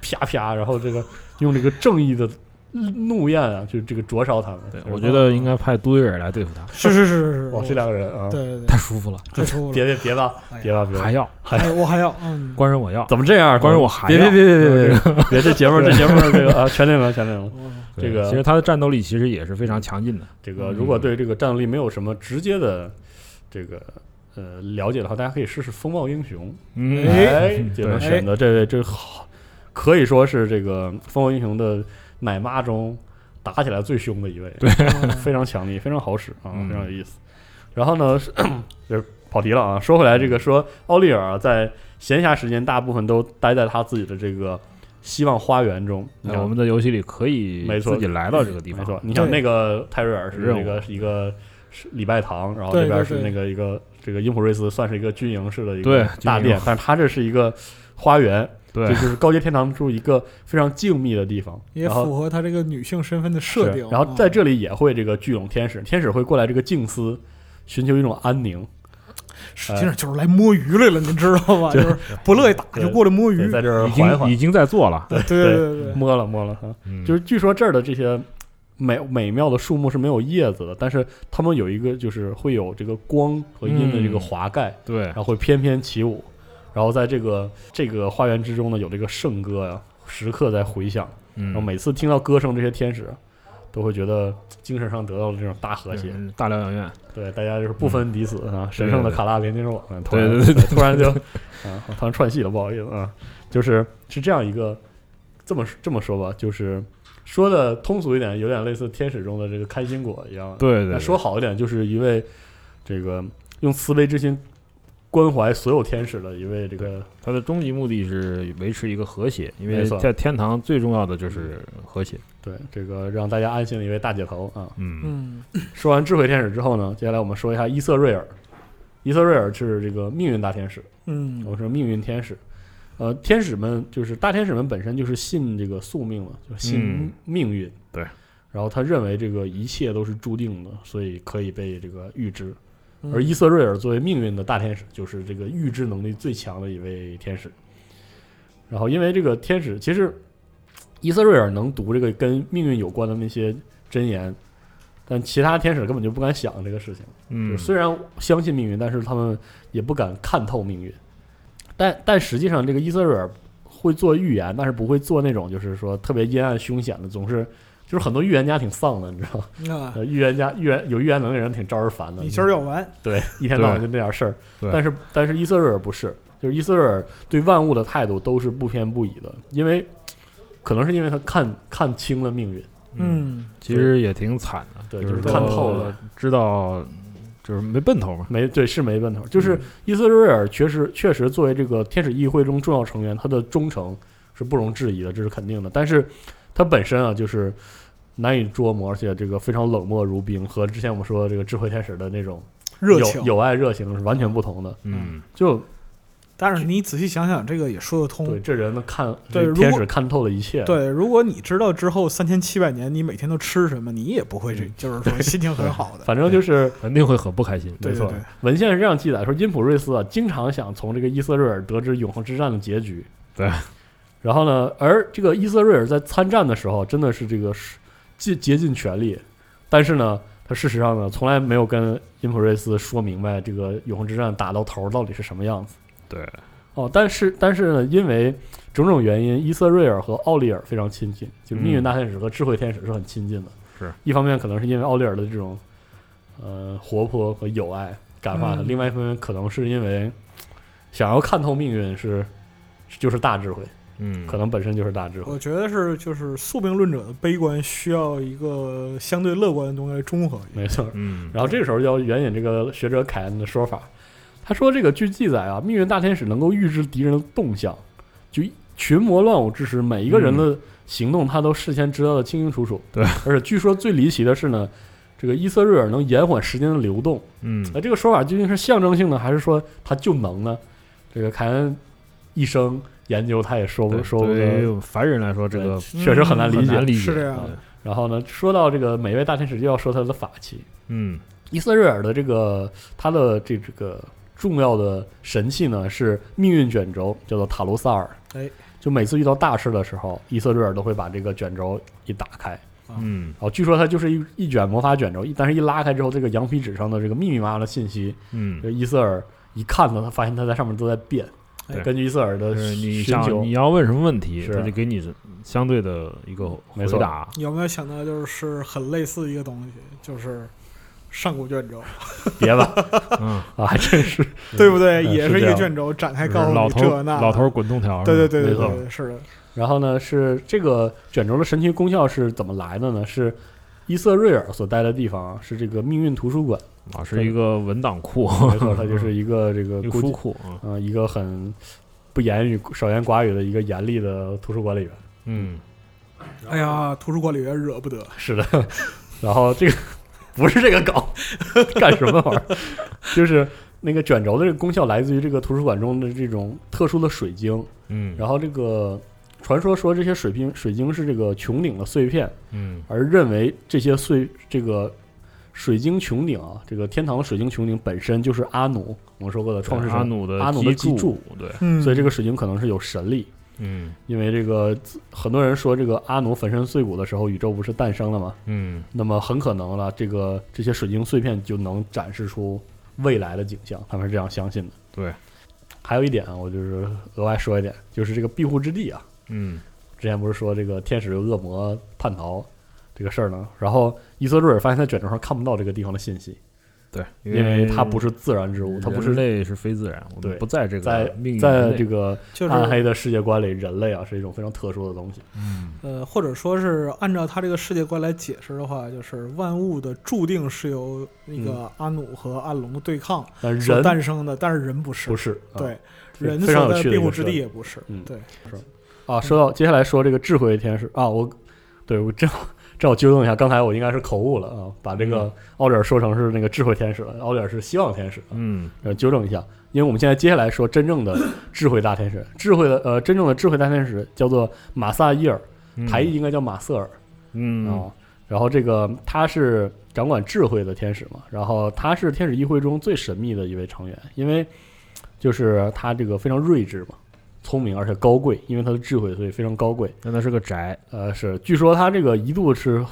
S1: 啪啪，然后这个用这个正义的怒焰啊，就这个灼烧他们。
S3: 对
S1: 就，是
S3: 我觉得应该派都瑞尔来对付他，
S2: 是 是是是
S1: 哇，
S2: 是，
S1: 这两个人啊，
S2: 对对对，
S3: 太舒服了，
S2: 太舒服了
S1: 别，别别吧，
S2: 哎呀
S1: 别吧，别吧
S3: 还，要
S2: 哎，我还要，嗯，
S3: 官人我要，
S1: 怎么这样？
S3: 官人我还要，
S1: 别别别呃别，这 节目这节目这个啊，全领了全领了。
S2: 嗯
S3: 对
S1: 这个
S3: 其实他的战斗力其实也是非常强劲的，
S1: 这个如果对这个战斗力没有什么直接的这个呃了解的话，大家可以试试风暴英雄。
S3: 嗯
S1: 哎，就能
S3: 对，
S1: 选择这位，这好，可以说是这个风暴英雄的奶妈中打起来最凶的一位，对，
S2: 嗯
S1: 非常强力，非常好使啊，
S3: 嗯
S1: 非常有意思。然后呢，是 就是跑题了啊，说回来，这个说奥利尔在闲暇时间大部分都待在他自己的这个希望花园中，你
S3: 那
S1: 看
S3: 我们在游戏里可以
S1: 没错
S3: 自己来到这个地
S1: 没
S3: 方，
S1: 错，你想
S2: 对
S1: 那个泰瑞尔是
S3: 任务
S1: 那个是一个是礼拜堂，然后
S2: 对
S1: 这边
S2: 对
S1: 是那
S2: 对
S1: 个一个这个英普瑞斯算是一个军营式的一
S3: 对
S1: 个大
S3: 军
S1: 殿
S3: 营，
S1: 但是他这是一个花园，这就
S3: 对，
S1: 是高阶天堂住一个非常静谧的地方，
S2: 也
S1: 然后
S2: 符合他这个女性身份的设
S1: 是
S2: 定。
S1: 然后
S2: 啊
S1: 在这里也会这个聚拢天使，天使会过来这个静思，寻求一种安宁。
S2: 实际上就是来摸鱼来了，你知道吗？就是不乐意打
S1: 对
S2: 就过来摸
S1: 对
S2: 鱼。
S1: 在这儿
S3: 已
S1: 缓一
S3: 经
S1: 缓
S3: 已，经在做了，
S2: 对对对，
S1: 摸了摸了哈。
S3: 嗯
S1: 就是据说这儿的这些美美妙的树木是没有叶子的，但是它们有一个就是会有这个光和阴的这个
S3: 嗯
S1: 华盖，
S3: 对
S1: 然，后会翩翩起舞。然后在这个这个花园之中呢，有这个圣歌呀、啊时刻在回响。然后
S3: 嗯，
S1: 每次听到歌声，这些天使都会觉得精神上得到了这种大和谐。
S3: 嗯大疗养院，
S1: 对，大家就是不分敌死啊！神圣的卡拉连接着我们，突然
S3: 对对 对
S1: 突然就
S3: 嗯
S1: 啊，我突然串戏了，不好意思啊，就是是这样一个这么这么说吧，就是说的通俗一点，有点类似天使中的这个开心果一样。，
S3: 对对对，
S1: 说好一点，就是一位这个用慈悲之心关怀所有天使的一位这个
S3: 它的终极目的是维持一个和谐，因
S1: 没
S3: 为
S1: 错
S3: 在天堂最重要的就是和谐。
S1: 对这个让大家安心的一位大姐头啊。
S3: 嗯，
S2: 嗯，
S1: 说完智慧天使之后呢，接下来我们说一下伊瑟瑞尔。伊瑟瑞尔是这个命运大天使，
S2: 嗯
S1: 我说命运天使，呃，天使们就是大天使们本身就是信这个宿命嘛，就是信
S3: 嗯
S1: 命运。
S3: 对。
S1: 然后他认为这个一切都是注定的，所以可以被这个预知。
S2: 嗯
S1: 而伊瑟瑞尔作为命运的大天使，就是这个预知能力最强的一位天使。然后因为这个天使，其实伊瑟瑞尔能读这个跟命运有关的那些箴言，但其他天使根本就不敢想这个事情。就
S3: 嗯，
S1: 是虽然相信命运，但是他们也不敢看透命运。但但实际上，这个伊瑟瑞尔会做预言，但是不会做那种就是说特别阴暗凶险的，总是就是很多预言家挺丧的，你知道吗？
S2: 啊，
S1: 呃预言家预言有预言能力的人挺招人烦的，
S2: 一心儿要完，
S1: 对，一天到晚就那点事儿。
S3: 对
S1: 但是但是伊瑟瑞尔不是，就是伊瑟瑞尔对万物的态度都是不偏不倚的，因为可能是因为他看看清了命运，
S3: 嗯，
S2: 嗯，
S3: 其实也挺惨的，
S1: 对，
S3: 就是是
S1: 看
S3: 说
S1: 透了，
S3: 知道就是没奔头嘛。
S1: 没对，是没奔头。
S2: 嗯
S1: 就是伊瑟瑞尔确实确实作为这个天使议会中重要成员，他的忠诚是不容置疑的，这是肯定的。但是，他本身啊，就是难以捉摸，而且这个非常冷漠如冰，和之前我们说的这个智慧天使的那种
S2: 热情
S1: 有有爱热情是完全不同的。
S3: 嗯，
S1: 就
S2: 但是你仔细想想，这个也说得
S1: 对
S2: 通。
S1: 这人呢，看
S2: 嗯对
S1: 这
S2: 如
S1: 天
S2: 果
S1: 使看透了一切，
S2: 对，如果你知道之后三千七百年你每天都吃什么，你也不会这
S1: 嗯，
S2: 就是说心情很好的。
S1: 反正就是。
S3: 肯定会很不开心。
S1: 嗯没
S2: 对对
S1: 错
S2: 对，
S1: 文献是这样记载说，因普瑞斯啊，经常想从这个伊瑟瑞尔得知永恒之战的结局。
S3: 对。
S1: 然后呢，而这个伊瑟瑞尔在参战的时候，真的是这个是竭竭尽全力，但是呢，他事实上呢，从来没有跟因普瑞斯说明白这个永恒之战打到头到底是什么样子。
S3: 对，
S1: 哦，但是但是呢，因为种种原因，伊瑟瑞尔和奥利尔非常亲近，就是命运大天使和智慧天使是很亲近的。
S3: 是
S1: 一方面可能是因为奥利尔的这种呃活泼和友爱感化他，
S2: 嗯
S1: 另外一方面可能是因为想要看透命运是就是大智慧，
S3: 嗯，
S1: 可能本身就是大智慧。
S2: 我觉得是就是宿命论者的悲观需要一个相对乐观的东西来中和一下。
S1: 没错，
S3: 嗯，
S1: 然后这个时候要援引这个学者凯恩的说法，他说这个据记载啊，命运大天使能够预知敌人的动向，就群魔乱舞之时，每一个人的行动他都事先知道的清清楚楚。
S3: 嗯对，
S1: 而且据说最离奇的是呢，这个伊瑟瑞尔能延缓时间的流动。
S3: 嗯，
S1: 那这个说法究竟是象征性的，还是说他就能呢？这个凯恩一生研究，他也说不
S3: 对
S1: 说不
S3: 对
S1: 得，
S3: 于凡人来说，这个
S1: 确实很难理
S3: 嗯很
S1: 解。嗯
S3: 难理解，
S2: 是这样的
S3: 对
S1: 然后呢，说到这个每位大天使就要说他的法器，
S3: 嗯
S1: 伊瑟瑞尔的这个他的这这个重要的神器呢是命运卷轴，叫做塔罗萨尔。
S2: 哎，
S1: 就每次遇到大事的时候，伊瑟瑞尔都会把这个卷轴一打开。
S3: 嗯
S1: 哦，据说它就是一一卷魔法卷轴，一但是一拉开之后，这个羊皮纸上的这个密密麻麻的信息，
S3: 嗯，
S1: 这伊瑟尔一看呢，他发现他在上面都在变。
S3: 对
S1: 根据伊瑟尔的
S3: 就是你
S1: 寻
S3: 想
S1: 求
S3: 你，要问什么问题，
S1: 是
S3: 他就给你相对的一个
S1: 没
S3: 回
S1: 错
S3: 答。
S2: 有没有想到就是很类似一个东西，就是上古卷轴，
S1: 别吧，
S3: 嗯，
S1: 啊，还真是
S2: 对不
S1: 嗯
S2: 对？也
S1: 是
S2: 一
S1: 这
S2: 个
S1: 样
S2: 卷轴展开
S3: 就
S2: 告
S3: 是
S2: 诉
S3: 老
S2: 你
S3: 头
S2: 这
S3: 儿
S2: 那，
S3: 老头儿滚动条儿，
S2: 对对对对
S1: 没错
S2: 对，对是的，
S1: 然后呢，是这个卷轴的神奇功效是怎么来的呢？是伊瑟瑞尔所待的地方是这个命运图书馆，
S3: 啊，是一个文档库，
S1: 没 错，它就是一个这个
S3: 一个
S1: 估计
S3: 书库啊，
S1: 呃一个很不言语、少言寡语的一个严厉的图书管理员。
S3: 嗯，
S2: 哎呀，图书管理员惹不得，
S1: 是的， 然后这个不是这个搞，干什么玩意儿？就是那个卷轴的这个功效来自于这个图书馆中的这种特殊的水晶，
S3: 嗯，
S1: 然后这个传说说这些水晶水晶是这个穹顶的碎片。
S3: 嗯
S1: 而认为这些碎这个水晶穹顶啊，这个天堂的水晶穹顶本身就是阿努，我们说过的创世神
S3: 阿，努的
S1: 阿努的脊
S3: 柱
S1: 柱，
S3: 对，
S2: 嗯，
S1: 所以这个水晶可能是有神力。
S3: 嗯
S1: 因为这个，很多人说这个阿努粉身碎骨的时候，宇宙不是诞生了吗？
S3: 嗯
S1: 那么很可能了，这个这些水晶碎片就能展示出未来的景象，他们是这样相信的。
S3: 对，
S1: 还有一点啊，我就是额外说一点，就是这个庇护之地啊，
S3: 嗯
S1: 之前不是说这个天使恶魔叛逃这个事儿呢？然后伊瑟瑞尔发现他卷轴上看不到这个地方的信息，
S3: 对，
S1: 因为它不是自然之物，它不
S3: 人
S1: 是
S3: 类是非自然，我们
S1: 对
S3: 不在这
S1: 在
S3: 个命运
S1: 在
S3: 之
S1: 这
S3: 内
S1: 个
S2: 就是
S1: 暗黑的世界观里，人类啊是一种非常特殊的东西。
S3: 嗯
S2: 呃，或者说是按照他这个世界观来解释的话，就是万物的注定是由那个阿努和阿龙的对抗
S1: 但
S2: 所
S1: 嗯人
S2: 诞生的，但是人不是，
S1: 不是，啊
S2: 对，
S1: 非
S2: 人
S1: 非常
S2: 所
S1: 有
S2: 在
S1: 趣
S2: 的
S1: 的一个
S2: 庇护之
S1: 设
S2: 地
S1: 定
S2: 也不是，
S1: 嗯
S2: 对，
S1: 啊。说到接下来说这个智慧天使啊，我对我正好正好纠正一下，刚才我应该是口误了啊，把这
S2: 嗯
S1: 个奥利尔说成是那个智慧天使了，奥利尔是希望天使啊。
S3: 嗯
S1: 呃，纠正一下，因为我们现在接下来说真正的智慧大天使，智慧的呃，真正的智慧大天使叫做马萨伊尔，
S3: 嗯
S1: 台译应该叫马瑟尔啊、
S3: 嗯
S1: 然后这个他是掌管智慧的天使嘛，然后他是天使议会中最神秘的一位成员，因为就是他这个非常睿智嘛，聪明而且高贵，因为他的智慧所以非常高贵。
S3: 那它是个宅，
S1: 呃，是据说他这个一度是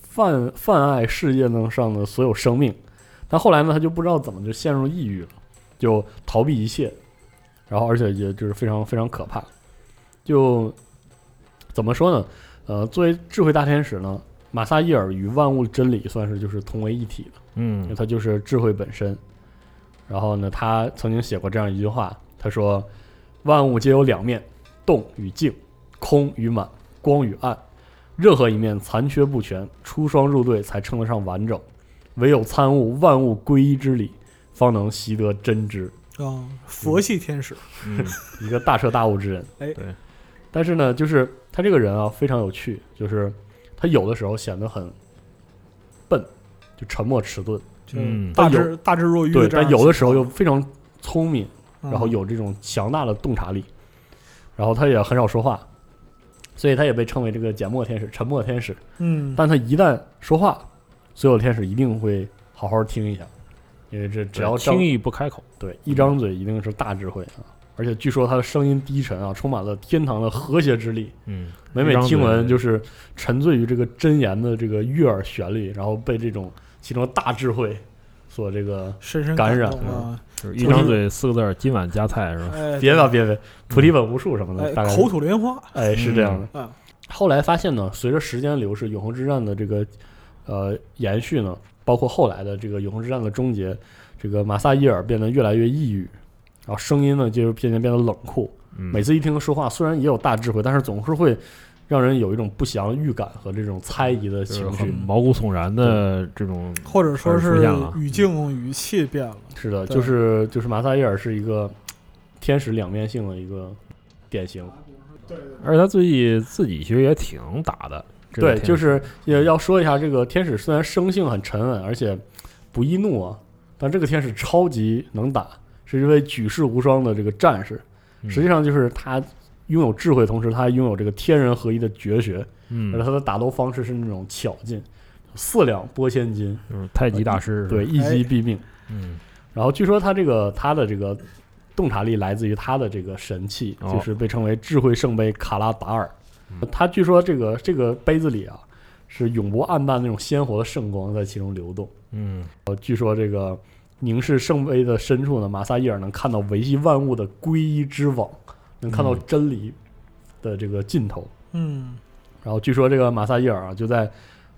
S1: 泛泛爱世界上的所有生命，但后来呢，他就不知道怎么就陷入抑郁了，就逃避一切，然后而且也就是非常非常可怕。就怎么说呢？呃，作为智慧大天使呢，马萨伊尔与万物真理算是就是同为一体的，因为
S3: 嗯
S1: 他就是智慧本身。然后呢，他曾经写过这样一句话，他说：“万物皆有两面，动与静，空与满，光与暗，任何一面残缺不全，出双入对才称得上完整。唯有参悟万物归一之理，方能习得真知。”
S2: 啊，佛系天使，
S3: 嗯
S1: 一个大彻大悟之人。
S2: 哎
S3: 对
S1: 但是呢，就是他这个人啊，非常有趣，就是他有的时候显得很笨，就沉默迟钝，
S3: 嗯
S2: 大
S1: 但有
S2: 智大智若愚
S1: 对，
S2: 这
S1: 但
S2: 样情况，
S1: 有的时候又非常聪明，
S2: 嗯，
S1: 然后有这种强大的洞察力，然后他也很少说话，所以他也被称为这个缄默天使、沉默天使。
S2: 嗯，
S1: 但他一旦说话，所有天使一定会好好听一下，因为这只要张
S3: 轻易不开口，
S1: 对，一张嘴一定是大智慧啊！而且据说他的声音低沉啊，充满了天堂的和谐之力。
S3: 嗯，
S1: 每
S3: 一
S1: 每
S3: 张
S1: 听
S3: 嘴
S1: 闻就是沉醉于这个真言的这个悦耳旋律，然后被这种其中的大智慧所这个
S2: 深深
S1: 感
S2: 感
S1: 染
S2: 动
S1: 了
S2: 啊，
S3: 就是一张嘴四个字儿，今晚加菜是吧？
S2: 哎，
S1: 嗯别吧别呗，菩
S3: 嗯
S1: 提本无树什么的，
S2: 哎
S1: 大概是
S2: 口吐莲花，
S1: 哎是这样的。
S2: 嗯
S1: 后来发现呢，随着时间流逝，永恒之战的这个呃延续呢，包括后来的这个永恒之战的终结，这个马萨伊尔变得越来越抑郁，然后声音呢就渐渐变得冷酷。
S3: 嗯
S1: 每次一听他说话，虽然也有大智慧，但是总是会让人有一种不祥的预感和这种猜疑的
S3: 就是
S1: 情
S3: 很
S1: 绪。
S3: 毛骨悚然的这种，
S2: 或者说
S3: 开始出
S2: 是
S3: 现了
S2: 语境语气变了，
S1: 是的，
S2: 对
S1: 就是就是马萨伊尔是一个天使两面性的一个典型。
S3: 而且他自己自己其实也挺打的，这个
S1: 对，
S3: 天
S1: 就
S3: 使
S1: 是也要说一下，这个天使虽然生性很沉稳，而且不易怒啊，但这个天使超级能打，是一位举世无双的这个战士。
S3: 嗯
S1: 实际上就是他拥有智慧，同时他还拥有这个天人合一的绝学，而且
S3: 嗯，
S1: 他的打斗方式是那种巧劲，四两拨千斤，
S3: 就是太极大师，
S1: 对，，一击毙命。
S3: 嗯
S1: 然后据说他这个他的这个洞察力来自于他的这个神器，
S3: 哦
S1: 就是被称为智慧圣杯卡拉达尔。他据说这个这个杯子里啊，是永不暗淡那种鲜活的圣光在其中流动。
S3: 嗯
S1: 呃，据说这个凝视圣杯的深处呢，马萨伊尔能看到维系万物的归一之网，能看到
S3: 嗯
S1: 真理的这个尽头。
S2: 嗯，
S1: 然后据说这个马萨伊尔啊，就在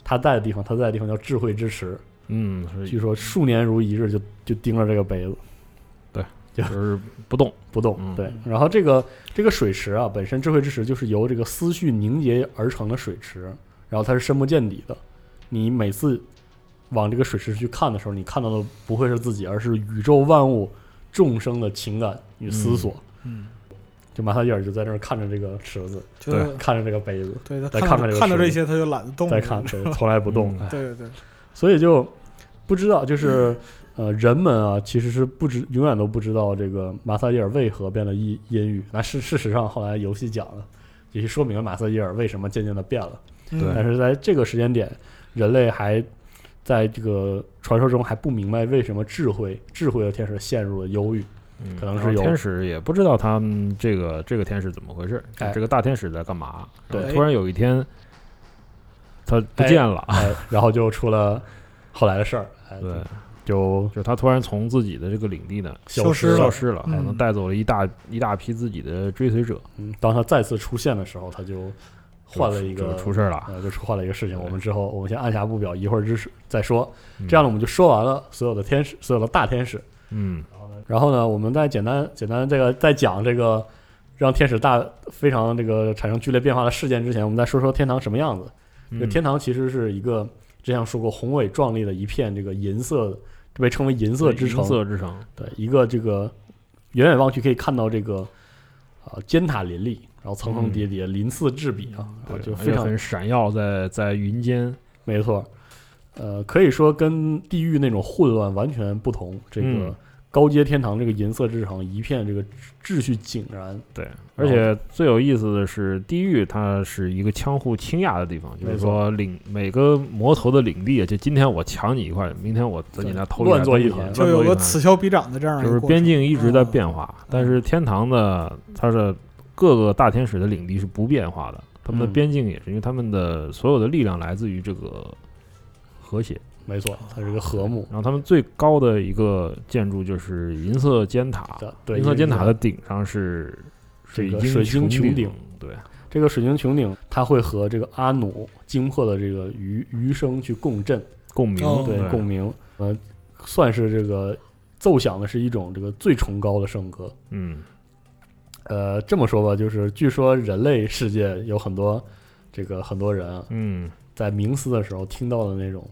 S1: 他在的地方，他在的地方叫智慧之池，
S3: 嗯，是
S1: 据说数年如一日就就盯着这个杯子
S3: 就是不动，
S1: 不动。
S3: 嗯
S1: 对，然后这个这个水池啊，本身智慧之池就是由这个思绪凝结而成的水池，然后它是深不见底的。你每次往这个水池去看的时候，你看到的不会是自己，而是宇宙万物众生的情感与思索。
S2: 嗯，
S1: 就马萨蒂尔就在那儿看着这个池子，
S2: 觉
S3: 嗯
S2: 得
S1: 看着这个杯子，
S2: 对他
S1: 再
S2: 看
S1: 看看这
S2: 着
S1: 个
S2: 看着
S1: 视频
S2: 这些他就懒得动
S1: 再
S2: 了，
S1: 看，对从来不动。
S3: 嗯
S1: 哎
S2: 对对对，
S1: 所以就不知道，就是、呃，人们啊，其实是不知永远都不知道这个马萨耶尔为何变得阴阴郁。那事事实上，后来游戏讲了，也是说明了马萨耶尔为什么渐渐的变了。
S2: 嗯
S3: 对
S1: 但是在这个时间点，人类还在这个传说中还不明白为什么智慧智慧的天使陷入了忧 郁。
S3: 嗯
S1: 可能
S3: 然
S1: 是
S3: 后
S1: 有
S3: 天使也不知道他们这个这个天使怎么回事，就
S1: 哎
S3: 这个大天使在干嘛？
S1: 对
S3: 然后突然有一天他不见了，
S1: 哎，然后就出了后来的事儿。哎，
S3: 对，
S1: 就
S3: 就是他突然从自己的这个领地呢
S1: 消
S2: 失了
S3: 消失了，可
S2: 嗯
S3: 能带走了一大一大批自己的追随者，
S1: 嗯，当他再次出现的时候，他就换了一个
S3: 就出事儿了。
S1: 呃，就出换了一个事情。
S3: 对
S1: 我们之后，我们先按下不表，一会儿之时再说。
S3: 嗯
S1: 这样呢，我们就说完了所有的天使，所有的大天使。
S3: 嗯，
S1: 然后呢，我们再简单简单这个再讲这个让天使大非常这个产生剧烈变化的事件之前，我们再说说天堂什么样子。这个
S3: 嗯
S1: 天堂其实是一个之前说过宏伟壮丽的一片这个银色的，被称为银色之城
S3: 银。色啊之城，
S1: 对，一个这个远远望去可以看到这个啊、呃尖塔林立，然后层层
S3: 嗯
S1: 叠叠，鳞次栉比啊，然后就非
S3: 而且
S1: 常
S3: 很闪耀在在云间。
S1: 没错，呃，可以说跟地狱那种混乱完全不同。这个
S3: 嗯
S1: 高阶天堂，这个银色之城，一片这个秩序井然。
S3: 对，而且最有意思的是，地狱它是一个相互倾轧的地方，就
S1: 没
S3: 是
S1: 错
S3: 说领每个魔头的领地，就今天我抢你一块，明天我在你那偷
S1: 乱
S3: 点
S1: 作一
S3: 东西
S1: 团
S2: 就
S3: 乱
S2: 有
S3: 作一
S2: 个
S3: 团
S2: 此消彼长的这样一
S3: 就是嗯
S2: 个过
S3: 边
S2: 程
S3: 境一直在
S2: 啊
S3: 变化，但是天堂的它的各个大天使的领地是不变化的，他们的
S1: 嗯
S3: 边境也是，因为他们的所有的力量来自于这个和谐。
S1: 没
S3: 哦
S1: 错，它是一个和睦
S3: 然后他们最高的一个建筑就是银色尖塔，
S1: 的。对，
S3: 银色尖塔
S1: 的
S3: 的顶上是水
S1: 这
S3: 晶
S1: 个水晶穹
S3: 穹
S1: 顶，
S3: 对，
S1: 这个水晶穹顶，它会和这个阿努惊破的这个余余生去共振，
S3: 共鸣，
S2: 哦
S1: 对，
S3: 对，
S1: 共鸣，呃，算是这个奏响的是一种这个最崇高的圣歌。
S3: 嗯，
S1: 呃，这么说吧，就是据说人类世界有很多这个很多人啊，
S3: 嗯
S1: 在冥思的时候听到的那种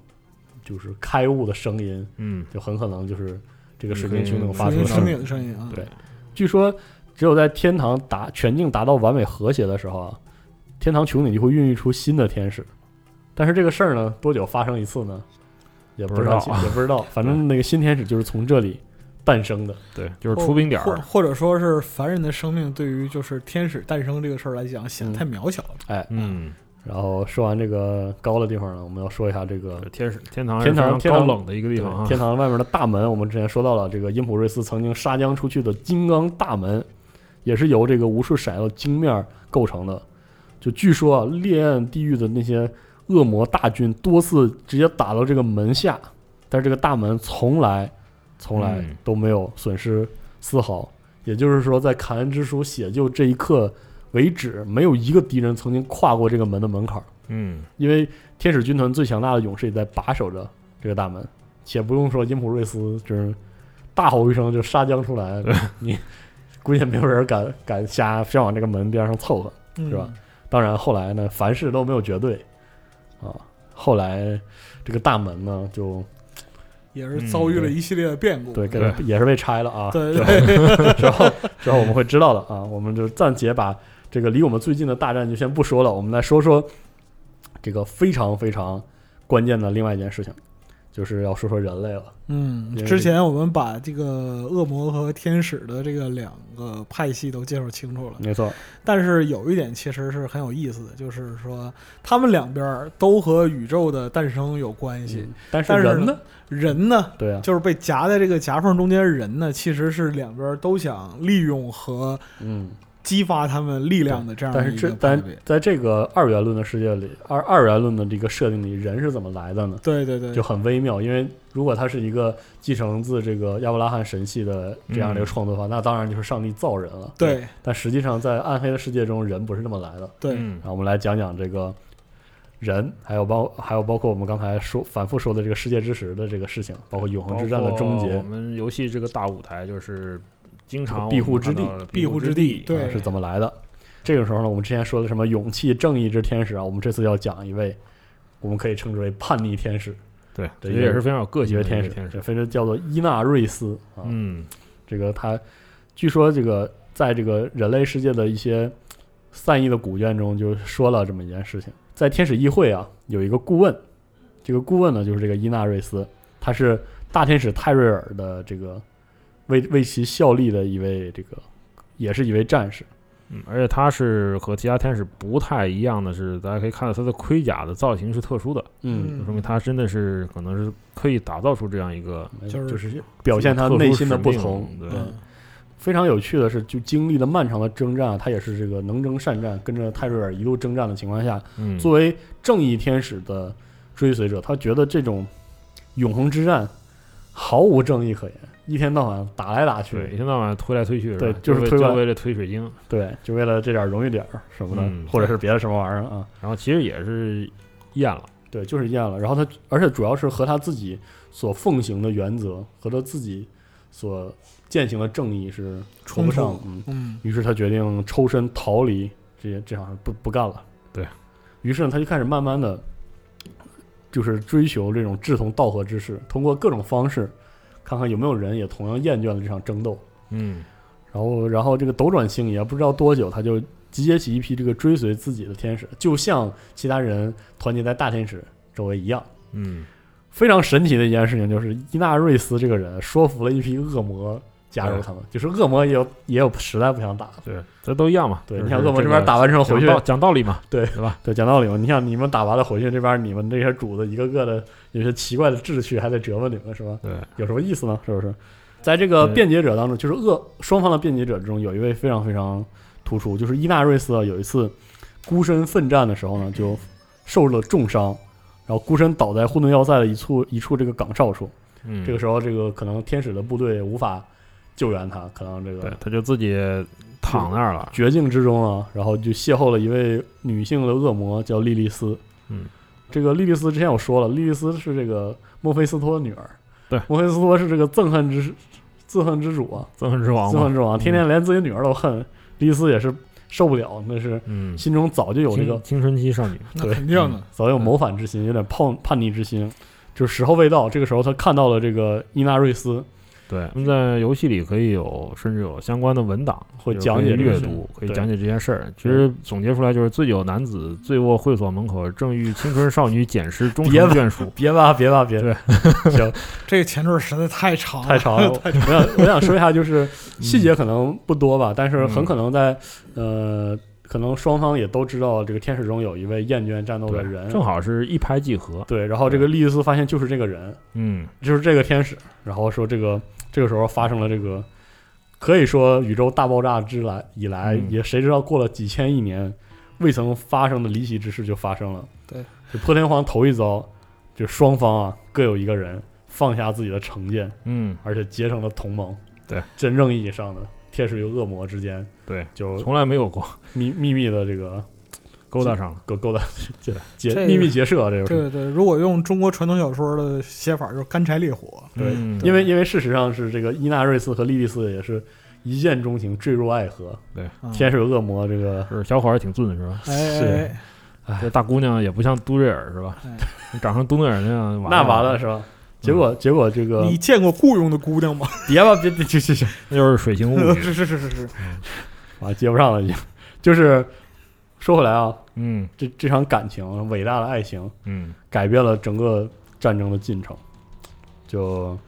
S1: 就是开悟的声音，
S3: 嗯，
S1: 就很可能就是这个水
S3: 你可
S1: 晶
S3: 以
S1: 穹顶发
S2: 水
S1: 出嗯的
S2: 晶穹
S1: 声
S2: 顶
S1: 音。
S2: 的声音啊，
S1: 对据说，只有在天堂达全境达到完美和谐的时候啊，天堂穹顶就会孕育出新的天使。但是这个事儿呢，多久发生一次呢？也不
S3: 不知
S1: 道，
S3: 道
S1: 也不知 道。反正那个新天使就是从这里诞生的。
S3: 对，就是出兵点
S2: 或
S3: 儿，
S2: 或者说是凡人的生命对于就是天使诞生这个事儿来讲显
S1: 嗯
S2: 得太渺小了，
S3: 嗯，
S1: 然后说完这个高的地方呢，我们要说一下这个
S3: 天使天堂
S1: 啊天堂
S3: 是非
S1: 天
S3: 常
S1: 堂
S3: 高冷的一个地方
S1: 对
S3: 啊，
S1: 天堂外面的大门，我们之前说到了，这个因普瑞斯曾经杀将出去的金刚大门，也是由这个无数闪耀的晶面构成的。就据说啊，烈焰地狱的那些恶魔大军多次直接打到这个门下，但是这个大门从来从来
S3: 嗯
S1: 都没有损失丝毫。也就是说，在凯恩之书写就这一刻为止，没有一个敌人曾经跨过这个门的门槛儿。
S3: 嗯，
S1: 因为天使军团最强大的勇士也在把守着这个大门，且不用说因普瑞斯就是大吼一声就杀将出来，你 估计也没有人敢敢瞎瞎往这个门边上凑合。
S2: 是
S1: 是吧？当然后来呢，凡事都没有绝对啊。后来这个大门呢，就
S2: 也是遭遇了一系列的变故，嗯
S1: 对，给
S3: 对
S1: 也是被拆了啊。
S2: 对对，
S1: 之后之后我们会知道的啊。我们就暂且把这个离我们最近的大战就先不说了，我们来说说这个非常非常关键的另外一件事情，就是要说说人类了。
S2: 嗯
S1: 因为，
S2: 之前我们把这个恶魔和天使的这个两个派系都介绍清楚了，
S1: 没错，
S2: 但是有一点其实是很有意思的，就是说他们两边儿都和宇宙的诞生有关系，
S1: 但嗯是
S2: 但是
S1: 人呢？
S2: 人呢
S1: 对啊，
S2: 就是被夹在这个夹缝中间的人呢，其实是两边都想利用和
S1: 嗯，
S2: 激发他们力量的这样
S1: 但
S2: 的
S1: 是
S2: 一
S1: 这
S2: 个
S1: 但
S2: 派别。
S1: 在这个二元论的世界里，二二元论的这个设定里，人是怎么来的呢？
S2: 对对对，
S1: 就很微妙，因为如果它是一个继承自这个亚伯拉罕神系的这样的一个
S3: 嗯
S1: 创作法，那当然就是上帝造人了。，
S2: 对
S1: 但实际上在暗黑的世界中，人不是这么来的。
S2: 对，
S3: 嗯
S1: 然后我们来讲讲这个人，还有包还有包括我们刚才说反复说的这个世界之石的这个事情，包括永恒之战的终
S3: 包括
S1: 结啊
S3: 我们游戏这个大舞台就是经常
S1: 庇护
S3: 我们看
S1: 之地
S3: 到的
S2: 庇护之
S3: 之
S2: 地对
S1: 啊是怎么来的。这个时候呢，我们之前说的什么勇气、正义之天使啊，我们这次要讲一位，我们可以称之为叛逆天使，
S3: 对，
S1: 对
S3: 这也是非常有个
S1: 一
S3: 性
S1: 位
S3: 的
S1: 天
S3: 天
S1: 使，
S3: 嗯天
S1: 这
S3: 使，
S1: 非常叫做伊纳瑞斯啊。
S3: 嗯，
S1: 这个他据说这个在这个人类世界的一些散逸的古卷中，就说了这么一件事情，在天使议会啊有一个顾问，这个顾问呢就是这个伊纳瑞斯，他是大天使泰瑞尔的这个为为其效力的一位这个也是一位战士，
S3: 嗯，而且它是和其他天使不太一样的是，大家可以看到它的盔甲的造型是特殊的，
S2: 嗯
S3: 就说明它真的是可能是刻意打造出这样一个
S2: 就是
S1: 嗯就是表现他
S3: 特殊
S1: 内心的
S3: 使
S1: 不
S3: 命
S1: 同，
S3: 对
S1: 嗯非常有趣的是，就经历了漫长的征战，啊他也是这个能征善战，跟着泰瑞尔一路征战的情况下，
S3: 嗯，
S1: 作为正义天使的追随者，他觉得这种永恒之战毫无正义可言，一天到晚打来打去，
S3: 对，一天到晚推来推去，
S1: 对
S3: 吧
S1: 就
S3: 就是为
S1: 推过来
S3: 就为了推水晶，
S1: 对就为了这点荣誉点儿什么的，
S3: 嗯
S1: 或者是别的什么玩意儿啊，
S3: 然后其实也是厌了，
S1: 对，就是厌了。然后他，而且主要是和他自己所奉行的原则和他自己所践行的正义是合不上
S2: 冲，
S1: 嗯，
S2: 嗯，
S1: 于是他决定抽身逃离这些这场不不干了。
S3: 对
S1: 于是呢，他就开始慢慢的，就是追求这种志同道合之士，通过各种方式，看看有没有人也同样厌倦了这场争斗。
S3: 嗯，
S1: 然
S3: 然
S1: 后，然后这个斗转星移啊，不知道多久，他就集结起一批这个追随自己的天使，就像其他人团结在大天使周围一样。
S3: 嗯，
S1: 非常神奇的一件事情就是，伊纳瑞斯这个人说服了一批恶魔加入他们，就是恶魔也有也有实在不想打的。
S3: 对，这都一样嘛，
S1: 对，
S3: 就
S1: 你
S3: 是
S1: 看恶魔
S3: 这
S1: 这边
S3: 个
S1: 打完之后回
S3: 讲
S1: 去，
S3: 道讲道 理嘛，
S1: 对
S3: 对吧？
S1: 对，讲道理嘛，你像你们打完了回去，这边你们这些主子一个个的有些奇怪的志趣，还得折磨你们是吧？
S3: 对，
S1: 有什么意思呢？是不是？在这个
S3: 对
S1: 辩解者当中，就是恶双方的辩解者中，有一位非常非常突出，就是伊纳瑞斯啊，有一次孤身奋战的时候呢，就受了重伤，然后孤身倒在混沌要塞的一处一处这个岗哨处。
S3: 嗯，
S1: 这个时候，这个可能天使的部队无法救援他，可能这个
S3: 对，他就自己躺那儿了，
S1: 绝境之中啊，然后就邂逅了一位女性的恶魔，叫莉莉丝。
S3: 嗯，
S1: 这个莉莉丝之前我说了，莉莉丝是这个墨菲斯托的女儿。
S3: 对，
S1: 墨菲斯托是这个憎恨之自恨之主啊，
S3: 憎恨之王
S1: 自
S3: 嘛
S1: 恨，之王，嗯天天连自己女儿都恨，莉莉丝也是受不了，那是
S3: 嗯，
S1: 心中早就有这
S3: 青
S1: 个
S3: 青春期少女，
S2: 那
S1: 对嗯
S2: 肯定的，
S1: 早有谋反之心，有点叛叛逆之心，就是时候未到。这个时候，他看到了这个伊纳瑞斯，
S3: 对，那么在游戏里可以有，甚至有相关的文档
S1: 会
S3: 就是
S1: 讲
S3: 可以
S1: 解这个
S3: 阅
S1: 事
S3: 读，可以
S1: 对
S3: 讲解这件事儿。其实总结出来就是：醉酒男子醉卧会所门口，正遇青春少女捡拾终
S1: 别
S3: 成
S1: 吧
S3: 眷属。
S1: 别吧，别吧，别
S3: 对，
S1: 行，
S2: 这个前缀实在太长
S1: 啊太
S2: 了，
S1: 长了。我想我想说一下，就是细节可能不多吧，但是很可能在呃，可能双方也都知道这个天使中 有一位厌倦战斗的人，
S3: 正好是一拍即合。
S1: 对。然后这个莉莉丝发现就是这个人，
S3: 嗯，
S1: 就是这个天使。然后说这个这个时候发生了这个，可以说宇宙大爆炸之来以来，
S3: 嗯
S1: 也谁知道过了几千亿年，未曾发生的离奇之事就发生了。
S2: 对，
S1: 就破天荒头一遭，就双方啊各有一个人放下自己的成见。
S3: 嗯，
S1: 而且结成了同盟。
S3: 对，
S1: 真正意义上的天使与恶魔之间，
S3: 对，
S1: 就
S3: 从来没有过
S1: 秘秘密的这个
S3: 勾搭上了。
S1: 勾勾搭结结
S2: 这个
S1: 秘密结社啊，这个是
S2: 对对，如果用中国传统小说的写法，就是干柴烈火。
S1: 对
S3: 嗯，
S1: 因为因为事实上是这个伊纳瑞斯和莉莉丝也是一见钟情，坠入爱河。
S2: 嗯
S1: 天使与恶魔这个
S3: 是小伙儿挺俊是吧？
S2: 哎哎
S1: 是
S2: 哎
S3: 这大姑娘也不像都瑞尔是吧
S2: 哎？
S3: 长成都瑞尔那样，
S1: 那完了，是吧？结果结果这个
S2: 你见过雇佣的姑娘吗？
S1: 别吧，别别去 去去，
S3: 那就是水形 物语。
S2: 是是是是是，
S1: 啊接不上了已经。就是说回来啊，
S3: 嗯
S1: 这这场感情，伟大的爱情，
S3: 嗯，
S1: 改变了整个战争的进程。就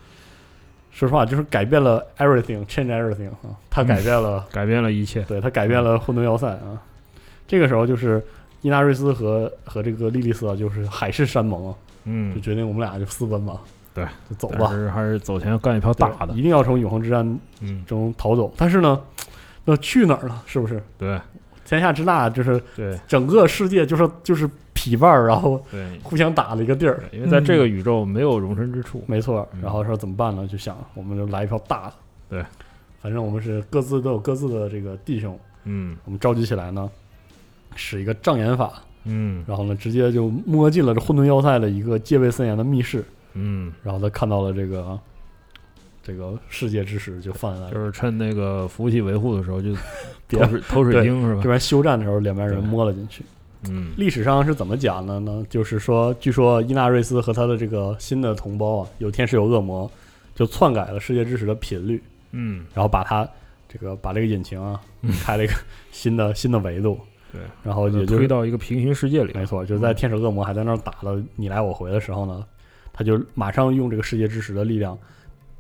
S1: 说实话，就是改变了 everything，change everything 啊，他改变了，
S3: 改变了一切。
S1: 对他改变了混沌要塞啊。这个时候就是伊纳瑞斯和和这个莉莉丝啊，就是海誓山盟啊，
S3: 嗯
S1: 就，决定我们俩就私奔吧，
S3: 对，
S1: 就走
S3: 但
S1: 吧，
S3: 是还是走前要干一票
S1: 对
S3: 大的
S1: 一。定要从永恒之战
S3: 嗯，
S1: 中逃走。但是呢，那去哪儿了？是不是
S3: 对
S1: 天下之大，就是
S3: 对
S1: 整个世界就是就是匹伴儿，然后
S3: 对，
S1: 互相打的一个地儿。
S3: 对，因为在这个宇宙没有容身之处。
S1: 没错
S3: 嗯。
S1: 然后说怎么办呢？就想我们就来一票大的。
S3: 对，
S1: 反正我们是各自都有各自的这个弟兄，
S3: 嗯
S1: 我们召集起来呢，使一个障眼法，
S3: 嗯
S1: 然后呢，直接就摸进了这混沌要塞的一个戒备森严的密室，
S3: 嗯，
S1: 然后他看到了这个这个世界之石，就犯案了。
S3: 就是趁那个服务器维护的时候 就
S1: 别
S3: 偷水偷水
S1: 对
S3: 晶是
S1: 这
S3: 吧？
S1: 边休战的时候，两边人
S3: 对
S1: 摸了进去。
S3: 嗯
S1: 历史上是怎么讲的呢？就是说，据说伊纳瑞斯和他的这个新的同胞啊，有天使有恶魔，就篡改了世界之石的频率，
S3: 嗯
S1: 然后把它这个把这个引擎啊
S3: 嗯
S1: 开了一个新的 新的维度，
S3: 对，
S1: 然后
S3: 把它
S1: 也就
S3: 推
S1: 是
S3: 到一个嗯平行世界里。
S1: 没错，就在天使恶魔还在那儿打的你来我回的时候呢，他就马上用这个世界之石的力量，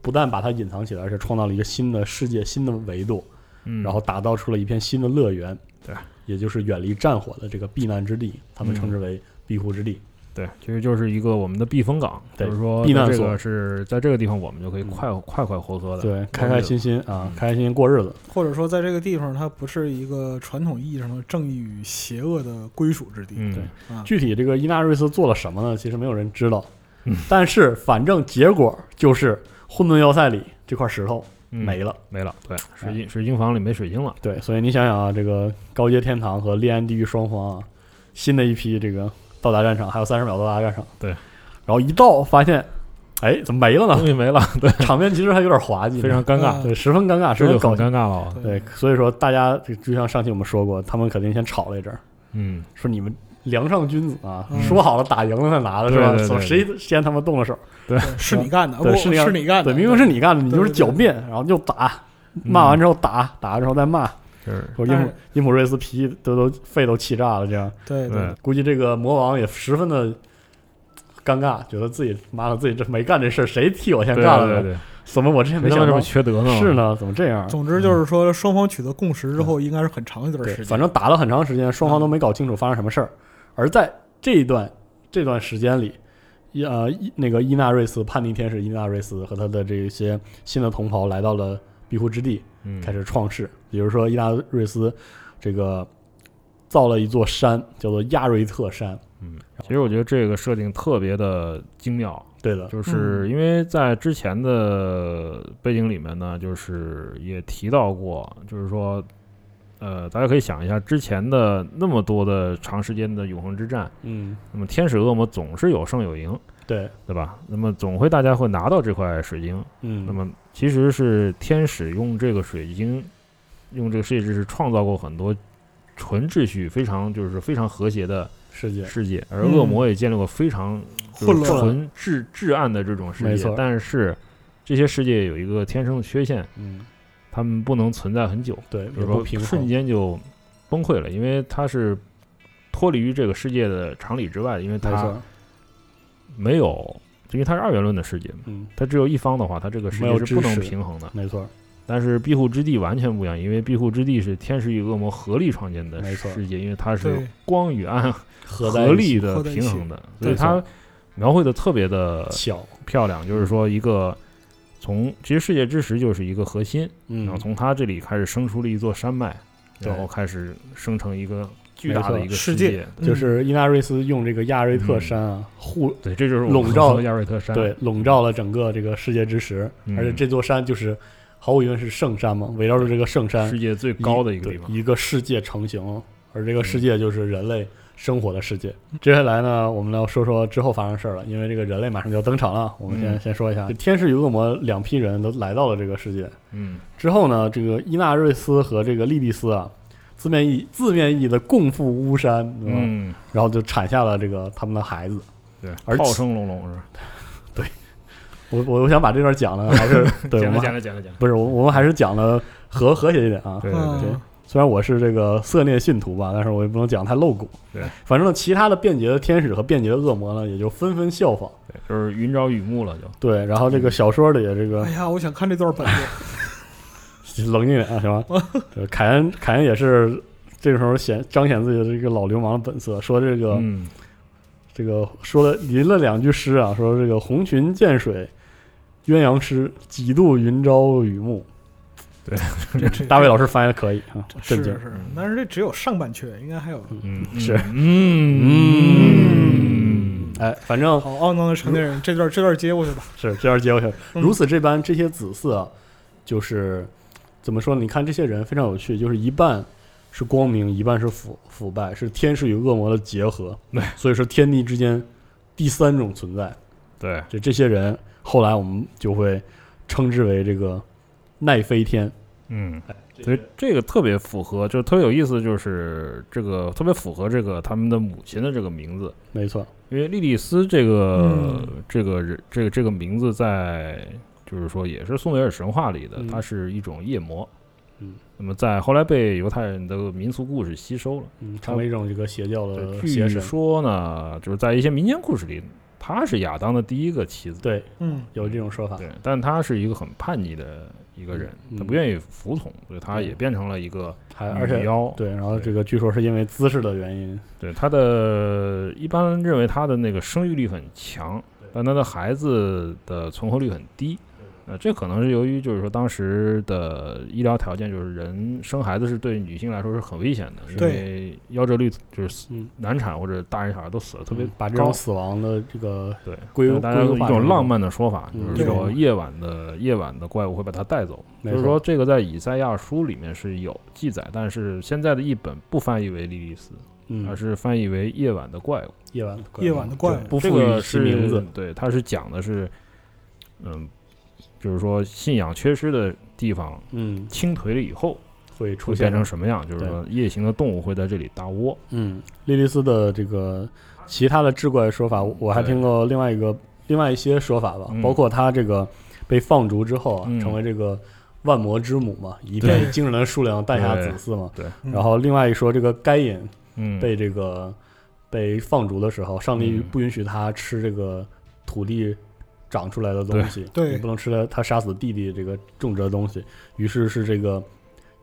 S1: 不但把它隐藏起来，而且创造了一个新的世界、新的维度，
S3: 嗯，
S1: 然后打造出了一片新的乐园，
S3: 对，
S1: 也就是远离战火的这个避难之地，他们称
S3: 嗯
S1: 之为庇护之地。
S3: 对，其实就是一个我们的避风港，
S1: 对
S3: 就是说
S1: 避难
S3: 这
S1: 所
S3: 个是在这个地方我们就可以快快快活活的，
S1: 对，开开心心啊，
S3: 嗯
S1: 开开心心过日子。
S2: 或者说在这个地方，它不是一个传统意义上的正义与邪恶的归属之地。
S3: 嗯，
S1: 对
S2: 啊，
S1: 具体这个伊纳瑞斯做了什么呢？其实没有人知道
S3: 嗯，
S1: 但是反正结果就是混沌要塞里这块石头
S3: 嗯
S1: 没了。
S3: 没了，哎对，水晶水晶房里没水晶了，
S1: 对，所以你想想啊，这个高阶天堂和烈焰地狱双方啊，新的一批这个到达战场，还有三十秒到达战场。
S3: 对，
S1: 然后一到发现，哎，怎么没了呢？
S3: 东西没了， 对，
S1: 场面其实还有点滑稽呢，
S3: 非常尴尬，
S2: 啊
S1: 对，十分尴尬，十
S3: 这
S1: 分
S3: 就很
S1: 搞笑。
S3: 尴尬了，哦
S1: 对，所以说大家就就像上期我们说过，他们肯定先吵了一阵儿，
S3: 嗯，
S1: 说你们梁上君子啊，
S2: 嗯
S1: 说好了打赢了再拿的是
S3: 对
S1: 吧？
S3: 对对
S1: 走
S3: 对
S1: 谁先他妈动了手？
S2: 对是你干的，
S1: 对
S2: 不
S1: 是你干
S2: 是你干的，
S1: 对，明明是你干的，你
S2: 对
S1: 就是
S2: 对对
S1: 狡辩，然后就打，骂完之后打，打完之后再骂。
S3: 就是
S1: 说英
S2: 但
S1: 普
S2: 是
S1: 英普瑞斯脾气都都肺都气炸了，这样
S2: 对对
S3: 对
S2: 对，
S1: 估计这个魔王也十分的尴尬，觉得自己妈的自己这没干这事儿，谁替我先
S3: 对
S1: 干了呢？
S3: 对对，
S1: 怎么我之前没
S3: 没想
S1: 想到
S3: 到这么？啊缺德呢，
S1: 是，呢，怎么这样？
S2: 总之就是说，双方取得共识之后，应该是很长一段
S1: 嗯对
S2: 时，间。
S1: 反正打了很长时间，双方都没搞清楚发生什么事儿。而在这一段这段时间里，伊呃伊那个伊纳瑞斯叛逆天使伊纳瑞斯和他的这些新的同袍来到了庇护之地，
S3: 嗯，
S1: 开始创世。比如说，伊纳瑞斯这个造了一座山，叫做亚瑞特山。
S3: 嗯，其实我觉得这个设定特别的精妙，
S1: 对的，
S3: 就是因为在之前的背景里面呢，就是也提到过，就是说，呃，大家可以想一下之前的那么多的长时间的永恒之战，
S1: 嗯，
S3: 那么天使恶魔总是有胜有赢，
S1: 对，
S3: 对吧？那么总会大家会拿到这块水晶，
S1: 嗯，
S3: 那么其实是天使用这个水晶，用这个世界知识创造过很多纯秩序非常就是非常和谐的
S1: 世界，
S3: 世界，而
S2: 嗯
S3: 恶魔也建立过非常
S2: 混
S3: 就是
S2: 乱，
S3: 纯至至暗的这种世
S1: 没
S3: 界
S1: 错，
S3: 但是这些世界有一个天生的缺陷，
S1: 嗯，
S3: 他们不能存在很久，
S1: 对，
S3: 比
S1: 也
S3: 如
S1: 不
S3: 说
S1: 平
S3: 瞬
S1: 衡，
S3: 间就崩溃了，因为它是脱离于这个世界的常理之外，因为
S1: 没
S3: 它
S1: 错，
S3: 没有，因为它是二元论的世界嘛，
S1: 嗯，
S3: 它只有一方的话，它这个世
S1: 没有
S3: 界是不
S1: 支
S3: 能
S1: 持
S3: 平衡的。
S1: 没错，
S3: 但是庇护之地完全不一样，因为庇护之地是天使与恶魔合力创建的
S1: 没错
S3: 世界，因为它是
S2: 对
S3: 光与暗
S1: 合在
S3: 合
S1: 一
S3: 力
S1: 起
S3: 的
S2: 合在一
S3: 平
S2: 起
S3: 衡的，所以
S1: 没错
S3: 它描绘的特别的
S1: 巧，
S3: 漂亮，就是说一个从其实世界之石就是一个核心，
S1: 嗯
S3: 然后，从它这里开始生出了一座山脉，
S1: 对
S3: 然后开始生成一个巨
S1: 没
S3: 大的
S1: 错
S3: 一个
S2: 世界
S3: 界。
S2: 嗯
S1: 就是伊纳瑞斯用这个亚瑞特山
S3: 嗯
S1: 啊护。
S3: 对，这就是我
S1: 笼
S3: 们
S1: 罩
S3: 说的亚瑞特山。
S1: 对，笼罩了整个这个世界之石，
S3: 嗯
S1: 而且这座山就是毫无疑问是圣山嘛，围绕着这个圣山
S3: 世界最高的一个
S1: 对
S3: 地方。嗯
S1: 一个世界成型了，而这个世界就是人类生活的世界。接下来呢，我们要说说之后发生的事儿了，因为这个人类马上就要登场了。我们先、
S3: 嗯
S1: 先说一下，天使与恶魔两批人都来到了这个世界
S3: 嗯，
S1: 之后呢，这个伊纳瑞斯和这个莉莉丝啊。字面意字面意义的共赴巫山，对吧
S3: 嗯，
S1: 然后就产下了这个他们的孩子。
S3: 对，
S1: 而
S3: 炮
S1: 且
S3: 声隆隆是吧？
S1: 我我我想把这段讲了，还 是对我们
S3: 讲了
S1: 还
S3: 讲了讲了讲了。
S1: 不是我我们还是讲的和和谐一点啊。
S3: 对对对，
S2: 嗯，
S1: 虽然我是这个色虐信徒吧，但是我也不能讲太露骨。
S3: 对，
S1: 反正呢，其他的便捷的天使和便捷的恶魔呢，也就纷纷效仿。
S3: 对就是云招雨幕了就。
S1: 对，然后这个小说里的这个
S2: 哎呀，我想看这段本子，
S1: 冷静点啊，行吗？这凯恩，凯恩也是这时候显彰显自己的这个老流氓的本色，说这个、
S3: 嗯，
S1: 这个说了吟了两句诗啊，说这个红裙见水。鸳鸯诗几度云朝雨暮，
S2: 这这
S1: 大卫老师翻译的可以啊，
S2: 是
S1: 震惊。
S2: 是，但是这只有上半阙，应该还有
S3: 嗯，
S1: 是
S3: 嗯嗯，
S1: 哎，反正
S2: 好懊恼的成年人，这段这段接过去吧。
S1: 是这样接过去。
S2: 嗯
S1: 如此这般，这些子嗣啊，就是怎么说呢？你看这些人非常有趣，就是一半是光明，一半是腐腐败，是天使与恶魔的结合
S3: 对，
S1: 所以是天地之间第三种存在。
S3: 对，
S1: 就这些人，后来我们就会称之为这个奈飞天。
S3: 嗯，
S1: 哎，
S3: 所以这个特别符合，就是特别有意思，就是这个特别符合这个他们的母亲的这个名字，
S1: 没错，
S3: 因为莉莉丝这个、
S2: 嗯
S3: 这个人这个这个名字在就是说也是宋美尔神话里的，
S1: 嗯
S3: 它是一种夜魔。
S1: 嗯，
S3: 那么在后来被犹太人的民俗故事吸收了。
S1: 嗯，成为一种这个邪教的邪
S3: 据
S1: 神。
S3: 说呢，就是在一些民间故事里，她是亚当的第一个妻子。
S1: 对，
S2: 嗯
S1: 有这种说法。
S3: 对，但她是一个很叛逆的一个人，
S1: 嗯
S3: 她不愿意服从，所以她也变成了一个
S1: 还而
S3: 女
S1: 且
S3: 妖。
S1: 对，然后这个据说是因为姿势的原因，
S3: 对他的一般认为他的那个生育力很强，但他的孩子的存活率很低。呃，这可能是由于就是说当时的医疗条件，就是人生孩子是对女性来说是很危险的，因
S2: 对
S3: 为夭折率就是死
S1: 嗯，
S3: 难产或者大人小孩都死的特别
S1: 把这
S3: 嗯高
S1: 种。死亡的这个
S3: 对，
S1: 归
S3: 但大家有
S1: 归
S3: 一
S1: 化
S3: 种
S1: 成
S3: 浪漫的说法，
S1: 嗯
S3: 就是说
S1: 对
S3: 夜晚的夜晚的怪物会把它带走。
S1: 没
S3: 就是
S1: 错
S3: 说这个在以赛亚书里面是有记载，但是现在的译本不翻译为莉莉丝，
S1: 嗯，
S3: 而是翻译为夜晚的怪物。
S1: 夜晚的怪物
S2: 夜晚的怪
S1: 对
S2: 物
S1: 不
S3: 这
S1: 赋
S3: 个
S1: 予其
S3: 是
S1: 名字，
S3: 对，它是讲的是，嗯，就是说信仰缺失的地方
S1: 嗯，
S3: 倾颓了以后
S1: 会出
S3: 会变
S1: 现
S3: 成什么样，就是说夜行的动物会在这里搭窝。
S1: 嗯，莉莉丝的这个其他的志怪说法，我我还
S3: 对
S1: 听过另外一个另外一些说法吧，
S3: 嗯
S1: 包括她这个被放逐之后啊，
S3: 嗯
S1: 成为这个万魔之母嘛，以
S3: 对
S1: 这惊人的数量诞下子嗣嘛。
S3: 对
S2: 嗯
S1: 然后另外一说，这个该隐
S3: 嗯，
S1: 被这个被放逐的时候，上帝
S3: 嗯
S1: 不允许他吃这个土地长出来的东西，
S2: 对对
S1: 你不能吃了他杀死弟弟这个种植的东西。于是是这个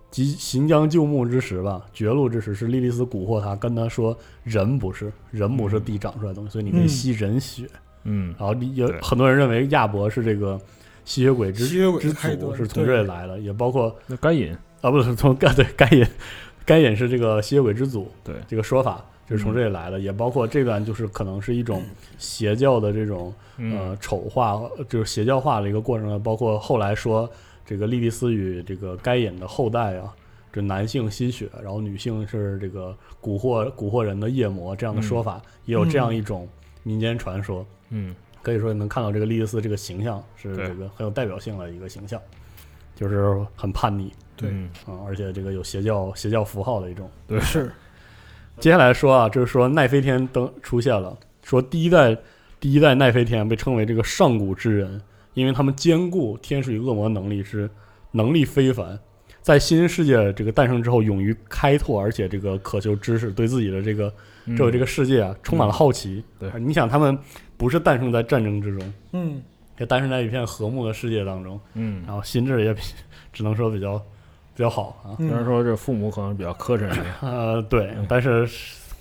S1: 即行将就木之时吧，绝路之时是莉莉丝蛊惑他，跟他说人不是人不是地长出来的东西，所以你可以
S2: 嗯
S1: 吸人血。
S3: 嗯，
S1: 然后你有
S3: 对
S1: 很多人认为亚伯是这个吸血鬼之
S2: 吸血鬼
S1: 之
S2: 开
S1: 祖，
S2: 端
S1: 是从这里来的，也包括
S3: 那该隐
S1: 啊，不是 从该对该隐，该隐是这个吸血鬼之祖，
S3: 对嗯
S1: 这个说法就是从这里来的，也包括这段就是可能是一种邪教的这种、呃
S3: 嗯
S1: 丑化，呃就是邪教化的一个过程，包括后来说这个莉莉丝与这个该隐的后代啊。这男性吸血，然后女性是这个蛊惑蛊惑人的夜魔这样的说法，也有这样一种民间传说。
S3: 嗯
S1: 可以说能看到这个莉莉丝这个形象是
S3: 对
S1: 这个很有代表性的一个形象，就是很叛逆
S2: 对
S3: 嗯
S1: 啊、嗯而且这个有邪教邪教符号的一种。
S3: 对
S2: 是
S1: 接下来说啊，就是说奈飞天登出现了，说第一代第一代奈飞天被称为这个上古之人，因为他们兼顾天使与恶魔的能力是能力非凡，在新世界这个诞生之后，勇于开拓，而且这个渴求知识，对自己的这个
S3: 嗯
S1: 这个这个世界啊充满了好奇。
S3: 对
S1: 啊你想他们不是诞生在战争之中。
S2: 嗯
S1: 也诞生在一片和睦的世界当中，
S3: 嗯
S1: 然。后心智也比 只能说比较比较好啊。
S3: 虽然
S2: 嗯
S3: 说这父母可能比较磕碜一 点，
S1: 呃，对
S3: 嗯，
S1: 但是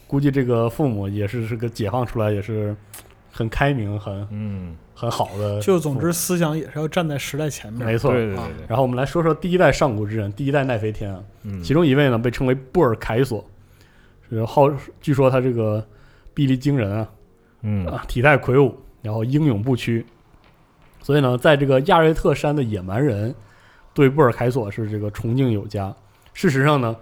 S1: 估计这个父母也是这个解放出来也是很开明、很
S3: 嗯，
S1: 很好的。
S2: 就总之，，思想也是要站在时代前面。
S1: 没错。啊
S3: 对对对对，
S1: 然后我们来说说第一代上古之人，第一代奈飞天啊，
S3: 嗯，
S1: 其中一位呢被称为布尔凯索，是号，据说他这个臂力惊人啊，
S3: 嗯
S1: 啊，体态魁梧，然后英勇不屈。所以呢，在这个亚瑞特山的野蛮人对布尔凯索是这个崇敬有加。事实上呢，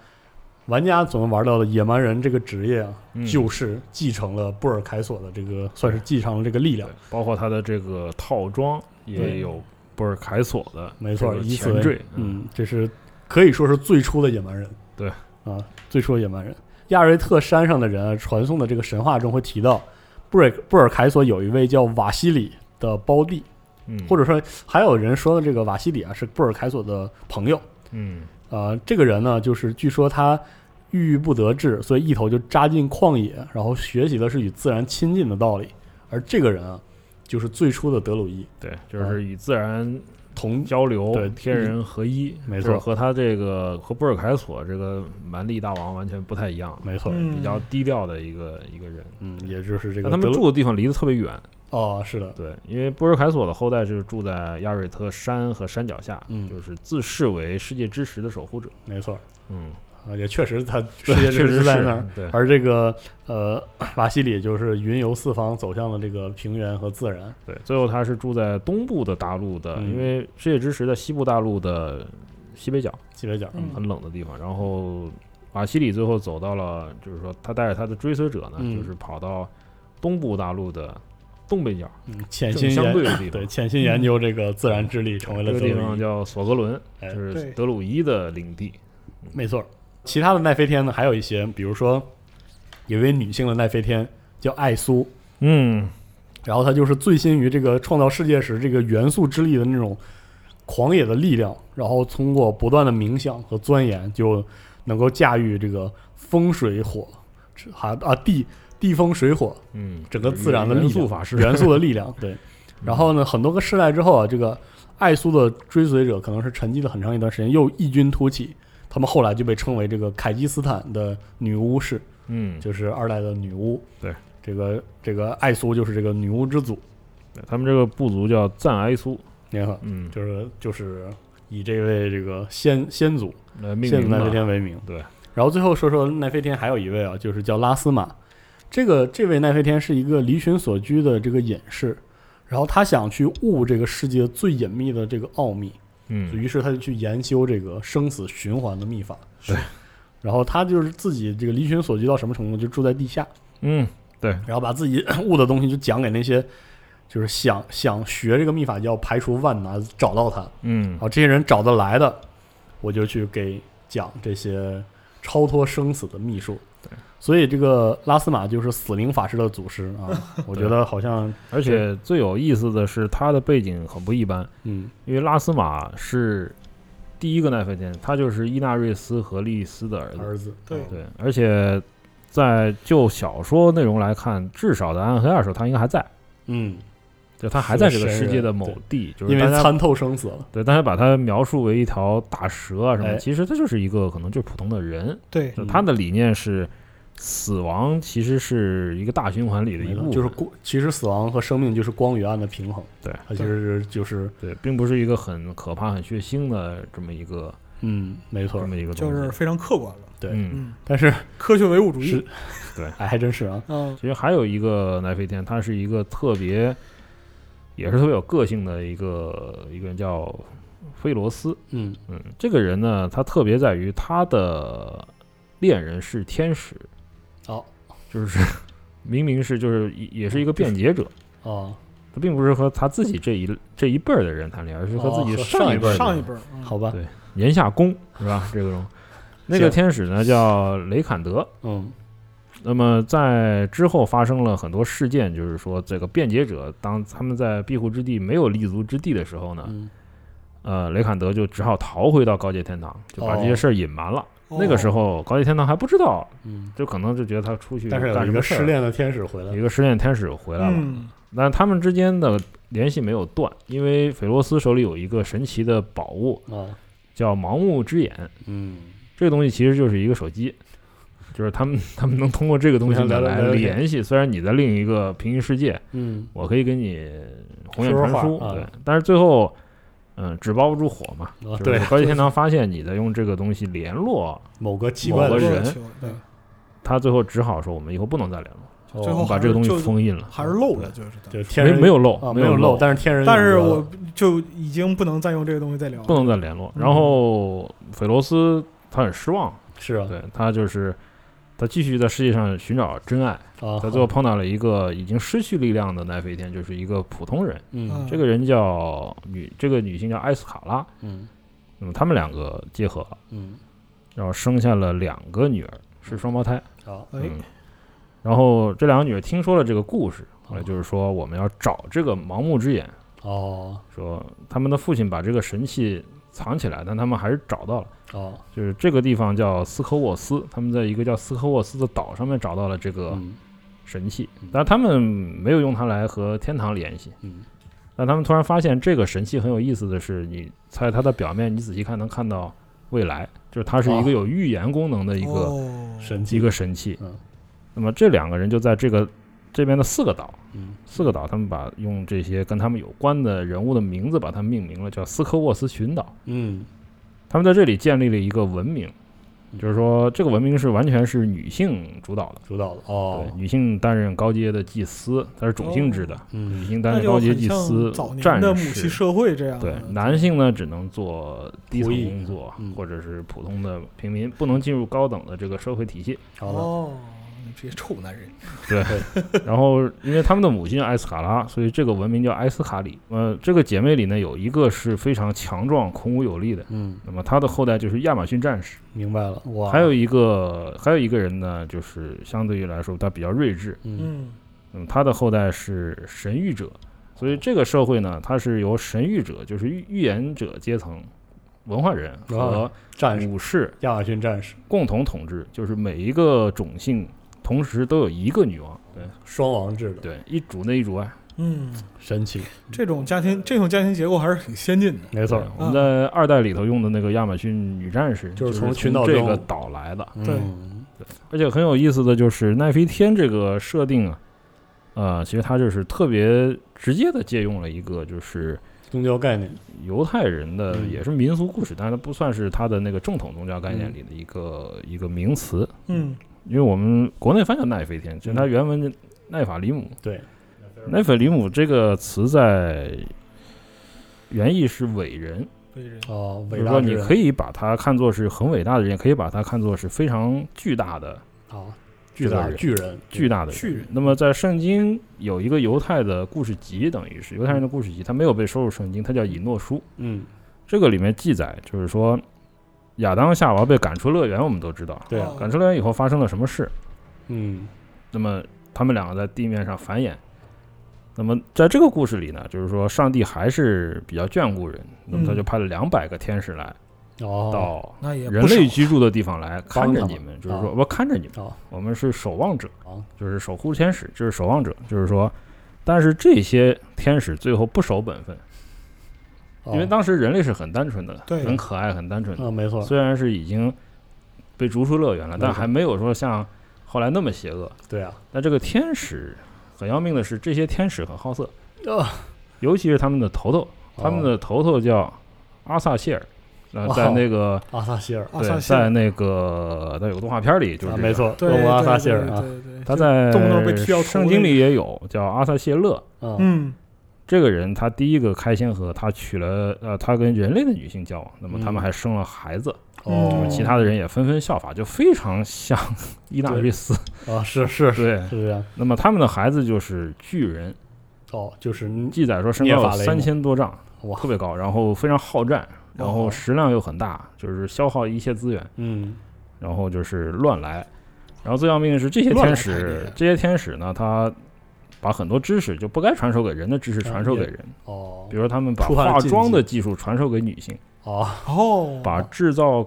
S1: 玩家所能玩到的野蛮人这个职业啊，
S3: 嗯
S1: 就是继承了布尔凯索的这个，算是继承了这个力量
S3: 对。包括他的这个套装也
S1: 对
S3: 有布尔凯索的
S1: 没错
S3: 这个
S1: 以此
S3: 前
S1: 为
S3: 缀，
S1: 嗯，这是可以说是最初的野蛮人。
S3: 对
S1: 啊，最初的野蛮人，亚瑞特山上的人啊，传颂的这个神话中会提到，布尔布尔凯索有一位叫瓦西里的胞弟，
S3: 嗯，
S1: 或者说还有人说的这个瓦西里啊是布尔凯索的朋友，
S3: 嗯
S1: 呃，这个人呢，就是据说他郁郁不得志，所以一头就扎进旷野，然后学习的是与自然亲近的道理，而这个人啊，就是最初的德鲁伊
S3: 对，就是与自然
S1: 同
S3: 交流，
S1: 啊对
S3: 天人合一，
S1: 没
S3: 就是
S1: 错
S3: 和他这个和布尔凯索这个蛮力大王完全不太一样，
S1: 没错，
S2: 嗯
S3: 比较低调的一个一个人。
S1: 嗯，也就是这个
S3: 但他
S1: 德
S3: 们
S1: 鲁
S3: 住的地方离得特别远，
S1: 哦，是的，
S3: 对，因为布尔凯索的后代是住在亚瑞特山和山脚下，
S1: 嗯
S3: 就是自视为世界之石的守护者，
S1: 没错，
S3: 嗯，
S1: 啊，也确实他世
S3: 对
S1: 界之
S3: 确实
S1: 石
S3: 是
S1: 在那儿。，
S3: 对，
S1: 而这个呃，瓦西里就是云游四方，走向了这个平原和自然。
S3: 对，最后他是住在东部的大陆的，
S1: 嗯
S3: 因为世界之石在西部大陆的西北角
S1: 西北角，
S2: 嗯
S3: 很冷的地方，然后瓦西里最后走到了，就是说他带着他的追随者呢，
S1: 嗯
S3: 就是跑到东部大陆的东北角，
S1: 嗯，潜
S3: 正
S1: 心
S3: 相
S1: 研
S3: 对的地方
S1: 对，潜心研究这个自然智力，成为
S3: 这
S1: 了
S3: 个
S1: 德
S3: 地
S1: 鲁
S3: 方
S1: 伊，
S3: 叫索格伦，
S1: 哎
S3: 就
S2: 对
S3: 是德鲁伊的领地。
S1: 没错儿。其他的奈飞天呢，还有一些，比如说有一位女性的奈飞天叫艾苏，
S3: 嗯，
S1: 然后她就是醉心于这个创造世界时这个元素之力的那种狂野的力量，然后通过不断的冥想和钻研，就能够驾驭这个风水火，还啊地地风水火
S3: 嗯，
S1: 整个自然的力啊
S3: 元
S1: 量
S3: 素法师，
S1: 元素的力量。对，然后呢，很多个世代之后啊，这个艾苏的追随者可能是沉寂了很长一段时间，又异军突起。他们后来就被称为这个凯基斯坦的女巫氏，
S3: 嗯，
S1: 就是二代的女巫。
S3: 对，
S1: 这个这个艾苏就是这个女巫之祖，
S3: 他们这个部族叫赞埃苏，
S1: 你看，
S3: 嗯，
S1: 就是就是以这位这个先先祖
S3: 来命
S1: 先祖
S3: 名
S1: 奈飞
S3: 的，
S1: 天为名。
S3: 对，
S1: 然后最后说说奈飞天还有一位啊，就是叫拉斯玛，这个这位奈飞天是一个离群索居的这个隐士，然后他想去悟这个世界最隐秘的这个奥秘，
S3: 嗯，
S1: 于是他就去研修这个生死循环的秘法。
S3: 对，
S1: 然后他就是自己这个离群索居到什么程度，就住在地下，
S3: 嗯，对，
S1: 然后把自己 悟的东西就讲给那些。就是想想学这个秘法，就要排除万难找到他。
S3: 嗯，
S1: 好，这些人找得来的，我就去给讲这些超脱生死的秘术。所以这个拉斯玛就是死灵法师的祖师 啊，我觉得好像，
S3: 而且最有意思的是，他的背景很不一般，
S1: 嗯
S3: 因为拉斯玛是第一个奈飞天，他就是伊纳瑞斯和莉莉丝的儿子。
S1: 儿子
S2: 对
S3: 对，而且在就小说内容来看，至少在暗黑二的时候，他应该还在，
S1: 嗯，
S3: 就他还
S1: 是个
S3: 在这个
S1: 神
S3: 世界
S1: 人
S3: 的某
S1: 对
S3: 地，就是
S1: 因为
S3: 大家
S1: 参透生死了，
S3: 对大家把他描述为一条大蛇啊什么的，
S1: 哎
S3: 其实他就是一个可能就是普通的人，
S2: 对
S3: 就
S1: 嗯
S3: 他的理念是。死亡其实是一个大循环里的
S1: 没
S3: 一部
S1: 了
S3: 分，
S1: 就是光，其实死亡和生命就是光与暗的平衡，
S3: 对
S1: 它其实是就是，
S3: 对，并不是一个很可怕、很血腥的这么一个
S1: 嗯，没错
S3: 这，么一个东
S2: 就
S3: 西。
S2: 是非常客观了，
S1: 对
S3: 嗯，
S2: 嗯，
S1: 但是
S2: 科学唯物主义
S1: 是，，
S3: 对
S1: 哎，还真是啊，
S2: 嗯，
S3: 其实还有一个奈飞天，他是一个特别，也是特别有个性的一个一个人叫菲罗斯，
S1: 嗯
S3: 嗯，这个人呢，他特别在于他的恋人是天使，
S1: 哦
S3: 就是 明明是就是也也是一个辩解者，
S1: 哦，
S3: 他并不是和他自己这一这一辈儿的人谈恋爱，而是和自己
S1: 哦和
S3: 上
S1: 上一
S3: 辈儿的
S2: 上一
S3: 人
S2: 辈儿，嗯
S1: 好吧
S3: 对，年下攻是吧？这个种，那个
S1: 行
S3: 天使呢叫雷坎德。
S1: 嗯
S3: 那么在之后发生了很多事件，就是说这个辩解者当他们在庇护之地没有立足之地的时候呢，
S1: 嗯，
S3: 呃，雷坎德就只好逃回到高阶天堂，就把这些
S1: 哦
S3: 事儿隐瞒了。
S2: 哦
S3: 那个时候高级天堂还不知道，
S1: 嗯，
S3: 就可能就觉得他出去
S1: 但是
S3: 干
S1: 有一
S3: 什么
S1: 个
S3: 事
S1: 失
S3: 儿，
S1: 恋的天使回来
S3: 有
S1: 了
S3: 一，个失恋天使回来了，
S2: 嗯，
S3: 但他们之间的联系没有断，因为斐罗斯手里有一个神奇的宝物
S1: 啊，
S3: 叫盲目之眼，
S1: 嗯。
S3: 这个东西其实就是一个手机。就是他们，他们能通过这个东西
S1: 互
S3: 呢
S1: 相聊聊
S3: 来
S1: 聊天
S3: 联系。虽然你在另一个平行世界，
S1: 嗯
S3: 我可以跟你鸿雁
S1: 说说
S3: 传书，
S1: 话啊
S3: 对，但是最后，嗯，纸包不住火嘛。
S1: 啊
S3: 就是
S1: 对
S3: 高级天堂发现你在用这个东西联络，
S1: 某个奇
S3: 某
S1: 怪的
S3: 个
S1: 人，
S3: 人
S2: 球对，
S3: 他最后只好说我们以后不能再联络。
S1: 哦
S2: 最
S3: 我
S2: 后
S3: 们把这个东西
S2: 还是就
S3: 封印了，
S2: 还是漏了，就是的
S1: 就天
S3: 没
S1: 人
S3: 没有漏
S1: 啊，
S3: 没
S1: 有
S3: 漏，
S1: 但是天人有
S2: 但是
S1: 责了
S2: 我就已经不能再用这个东西再聊了，
S3: 不能再联络。然后斐罗斯他很失望，
S1: 是嗯啊
S3: 对他就是他继续在世界上寻找真爱，
S1: 啊，
S3: 他最后碰到了一个已经失去力量的奈飞天，就是一个普通人，
S1: 嗯
S2: 嗯
S3: 这个人叫女，这个女性叫埃斯卡拉，
S1: 嗯
S3: 那么他们两个结合，
S1: 嗯
S3: 然后生下了两个女儿，是双胞胎，
S1: 好
S2: 哎，
S3: 嗯。然后这两个女儿听说了这个故事，后来就是说我们要找这个盲目之眼，
S1: 哦
S3: 说他们的父亲把这个神器藏起来，但他们还是找到了。
S1: 哦
S3: 就是这个地方叫斯科沃斯，他们在一个叫斯科沃斯的岛上面找到了这个
S1: 嗯
S3: 神器
S1: 嗯，
S3: 但他们没有用它来和天堂联系。
S1: 嗯
S3: 但他们突然发现这个神器很有意思的是，你在它的表面，你仔细看能看到未来，就是它是一
S1: 哦
S3: 个有预言功能的一个、
S2: 哦
S1: 嗯神
S3: 一
S1: 奇
S3: 个神器
S1: 嗯。
S3: 那么这两个人就在这个这边的四个岛
S1: 嗯
S3: 四个岛，他们把用这些跟他们有关的人物的名字把它命名了，叫斯科沃斯群岛。
S1: 嗯
S3: 他们在这里建立了一个文明，就是说这个文明是完全是女性主导的，
S1: 主导的哦
S3: 对，，女性担任高阶的祭司，它是种姓制的，女
S1: 嗯
S3: 性担
S2: 哦那
S3: 任
S2: 就
S3: 高阶
S2: 很
S3: 祭
S2: 像
S3: 司
S2: 早，年
S3: 战
S2: 的母系
S3: 士。
S2: 社会这样
S3: 对
S2: 的，嗯
S3: 男性呢，只能做低层
S1: 仆役
S3: 工作
S1: 嗯，
S3: 或者是普通的平民，不能进入高等的这个社会体系。
S1: 好的，
S2: 哦，你这些臭男人，
S3: 然后，因为他们的母亲是埃斯卡拉，所以这个文明叫埃斯卡里。呃，这个姐妹里呢，有一个是非常强壮、孔武有力的，
S1: 嗯，
S3: 那么她的后代就是亚马逊战士。
S1: 明白了，哇，
S3: 还有一个，还有一个人呢，就是相对于来说，他比较睿智，
S1: 嗯
S2: 嗯，
S3: 那么他的后代是神谕者，所以这个社会呢，它是由神谕者，就是预预言者阶层、文化人
S1: 啊
S3: 和
S1: 战士，
S3: 武士
S1: 亚马逊战士，
S3: 共同统治，就是每一个种姓同时都有一个女王，对
S1: 双王制的，
S3: 对，一主内一主外。
S2: 嗯，
S1: 神奇，
S2: 这种家庭这种家庭结构还是挺先进的。
S1: 没错
S3: 对，我们在二代里头用的那个亚马逊女战士，
S1: 就是
S3: 是
S1: 从
S3: 从
S1: 群岛
S3: 这
S1: 中
S3: 个岛来的。
S1: 嗯
S2: 对
S3: 而且很有意思的就是奈飞天这个设定啊，呃，其实它就是特别直接的借用了一个就是
S1: 宗教概念，
S3: 犹太人的，
S1: 嗯
S3: 也是民俗故事，但是它不算是它的那个正统宗教概念里的一个、一个名词，
S2: 嗯，
S3: 因为我们国内翻叫奈飞天，其实它原文是奈法里姆，
S1: 嗯对，
S3: 奈法里姆这个词在原意是伟人，
S2: 对人，
S1: 哦，
S3: 比
S1: 伟
S3: 如
S1: 大
S3: 说
S1: 之
S3: 你
S1: 人
S3: 可以把它看作是很伟大的人，也可以把它看作是非常巨大的
S1: 啊，巨
S3: 这个
S1: 大
S3: 人
S1: 巨人，
S3: 巨大的人
S2: 巨人
S3: 那么在圣经有一个犹太的故事集，等于是犹太人的故事集，它没有被收入圣经，它叫以诺书。
S1: 嗯，
S3: 这个里面记载就是说，亚当夏娃被赶出乐园，我们都知道，
S1: 对啊
S2: 哦
S3: 赶出乐园以后发生了什么事？
S1: 嗯，
S3: 那么他们两个在地面上繁衍。那么在这个故事里呢，就是说上帝还是比较眷顾人，那么他就派了两百个天使来、
S1: 哦，
S3: 到
S2: 那也
S3: 人
S2: 不少
S3: 类居住的地方来
S1: 帮
S3: 看着
S1: 他
S3: 你
S1: 们
S3: 们，就是
S1: 啊
S3: 说我看着你们。
S1: 哦，
S3: 我们是守望者
S1: 啊，
S3: 就是守护天使，就是守望者，就是说，但是这些天使最后不守本分，
S1: 哦
S3: 因为当时人类是很单纯的，
S2: 对
S3: 很可爱，很单纯的，
S1: 啊，没错，
S3: 虽然是已经被逐出乐园了，
S1: 没错
S3: 但还没有说像后来那么邪恶。
S1: 对啊，
S3: 但这个天使很要命的是，这些天使很好色，
S1: 啊，
S3: 尤其是他们的头头，哦他们
S1: 哦
S3: 的头头叫阿萨谢尔，呃，
S1: 哇
S3: 在那个。
S1: 阿萨希尔，
S2: 阿
S3: 对
S2: 萨，谢
S3: 在那个，在有个动画片里，就是
S1: 啊，
S3: 这
S1: 没
S3: 个
S1: 错，
S2: 啊对
S1: 恶魔阿萨
S2: 对
S1: 希尔
S2: 对
S1: 啊，
S2: 对对，
S3: 他在
S2: 动不动被踢到头
S3: 圣经里也有叫阿萨谢勒
S1: 啊，
S2: 嗯
S3: 这个人，他第一个开先河，他娶了呃，他跟人类的女性交往，那么他
S1: 嗯
S3: 们还生了孩子，
S1: 哦
S2: 嗯，
S3: 其他的人也纷纷效法，就非常像 伊纳瑞斯。
S1: 啊，是 是是
S3: 对，
S1: 是这样，
S3: 那么他们的孩子就是巨人，
S1: 哦，就是
S3: 记载说身高
S1: 涅
S3: 有
S1: 法雷
S3: 三
S1: 姆
S3: 千多丈，
S1: 哇
S3: 特别高，然后非常好战，然后
S1: 哦
S3: 食量又很大，就是消耗一切资源，
S1: 嗯，
S3: 然后就是乱来。然后最要命的是，这些
S2: 乱来
S3: 天
S2: 太厉害
S3: 使
S2: 了，
S3: 这些天使呢，他把很多知识就不该传授给人的知识
S1: 嗯
S3: 传授给
S1: 也
S3: 人，
S1: 哦
S3: 比，如他们把
S1: 触犯了
S3: 化
S1: 禁
S3: 妆
S1: 忌
S3: 的技术传授给女性，
S1: 哦，
S2: 哦，
S3: 把制造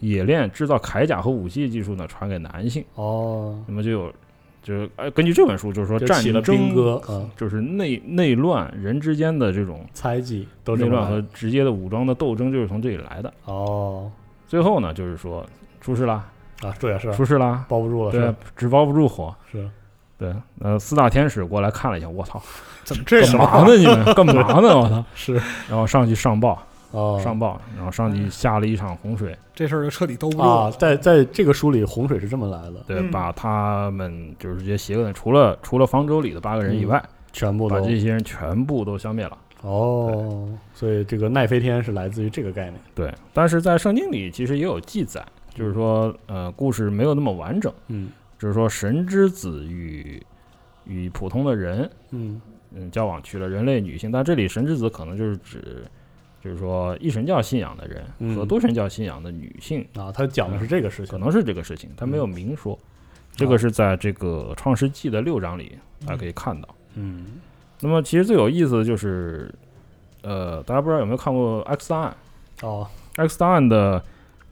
S3: 冶炼、制造铠甲和武器技术呢传给男性。
S1: 哦，
S3: 那么就有，就是哎，根据这本书，就是说
S1: 就
S3: 战
S1: 起了兵
S3: 争，啊
S1: 戈，嗯，
S3: 就是内内乱人之间的这种
S1: 猜忌都
S3: 内
S1: 这么
S3: 乱
S1: 来
S3: 和直接的武装的斗争，就是从这里来的。
S1: 哦
S3: 最后呢，就是说出事啦，
S1: 啊，这也是
S3: 出事啦，
S1: 包不住了，
S3: 对，纸包不住火。
S1: 是是，
S3: 对，啊呃，四大天使过来看了一下，我 操，
S2: 怎么这
S3: 干
S2: 样？
S3: 嘛呢？你们干嘛呢？我操！
S1: 是
S3: 然后上去上报，
S1: 哦，
S3: 上报，然后上去下了一场洪水，
S2: 这事儿就彻底兜不住
S1: 啊，
S2: 了。
S1: 在在这个书里，洪水是这么来的，
S3: 对，
S2: 嗯
S3: 把他们就是这些邪恶的，除了除了方舟里的八个人以外，
S1: 全部
S3: 把
S1: 嗯都
S3: 这些人全部都消灭了。
S1: 哦，所以这个奈飞天是来自于这个概念，
S3: 对，但是在圣经里其实也有记载，就是说，呃，故事没有那么完整，
S1: 嗯
S3: 只是说神之子与与普通的人，
S1: 嗯，
S3: 嗯，交往娶了人类女性，但这里神之子可能就是指，就是说一神教信仰的人和
S1: 嗯
S3: 多神教信仰的女性，
S1: 啊，他讲的是这个事
S3: 可
S1: 情，
S3: 能是这个
S1: 嗯
S3: 事情，他没有明说。这个是在这个《创世纪》的六章里，大家可以看到。
S1: 嗯，
S3: 那么其实最有意思的就是，呃，大家不知道有没有看过《X 档案》？
S1: 哦，
S3: 《X 档案》的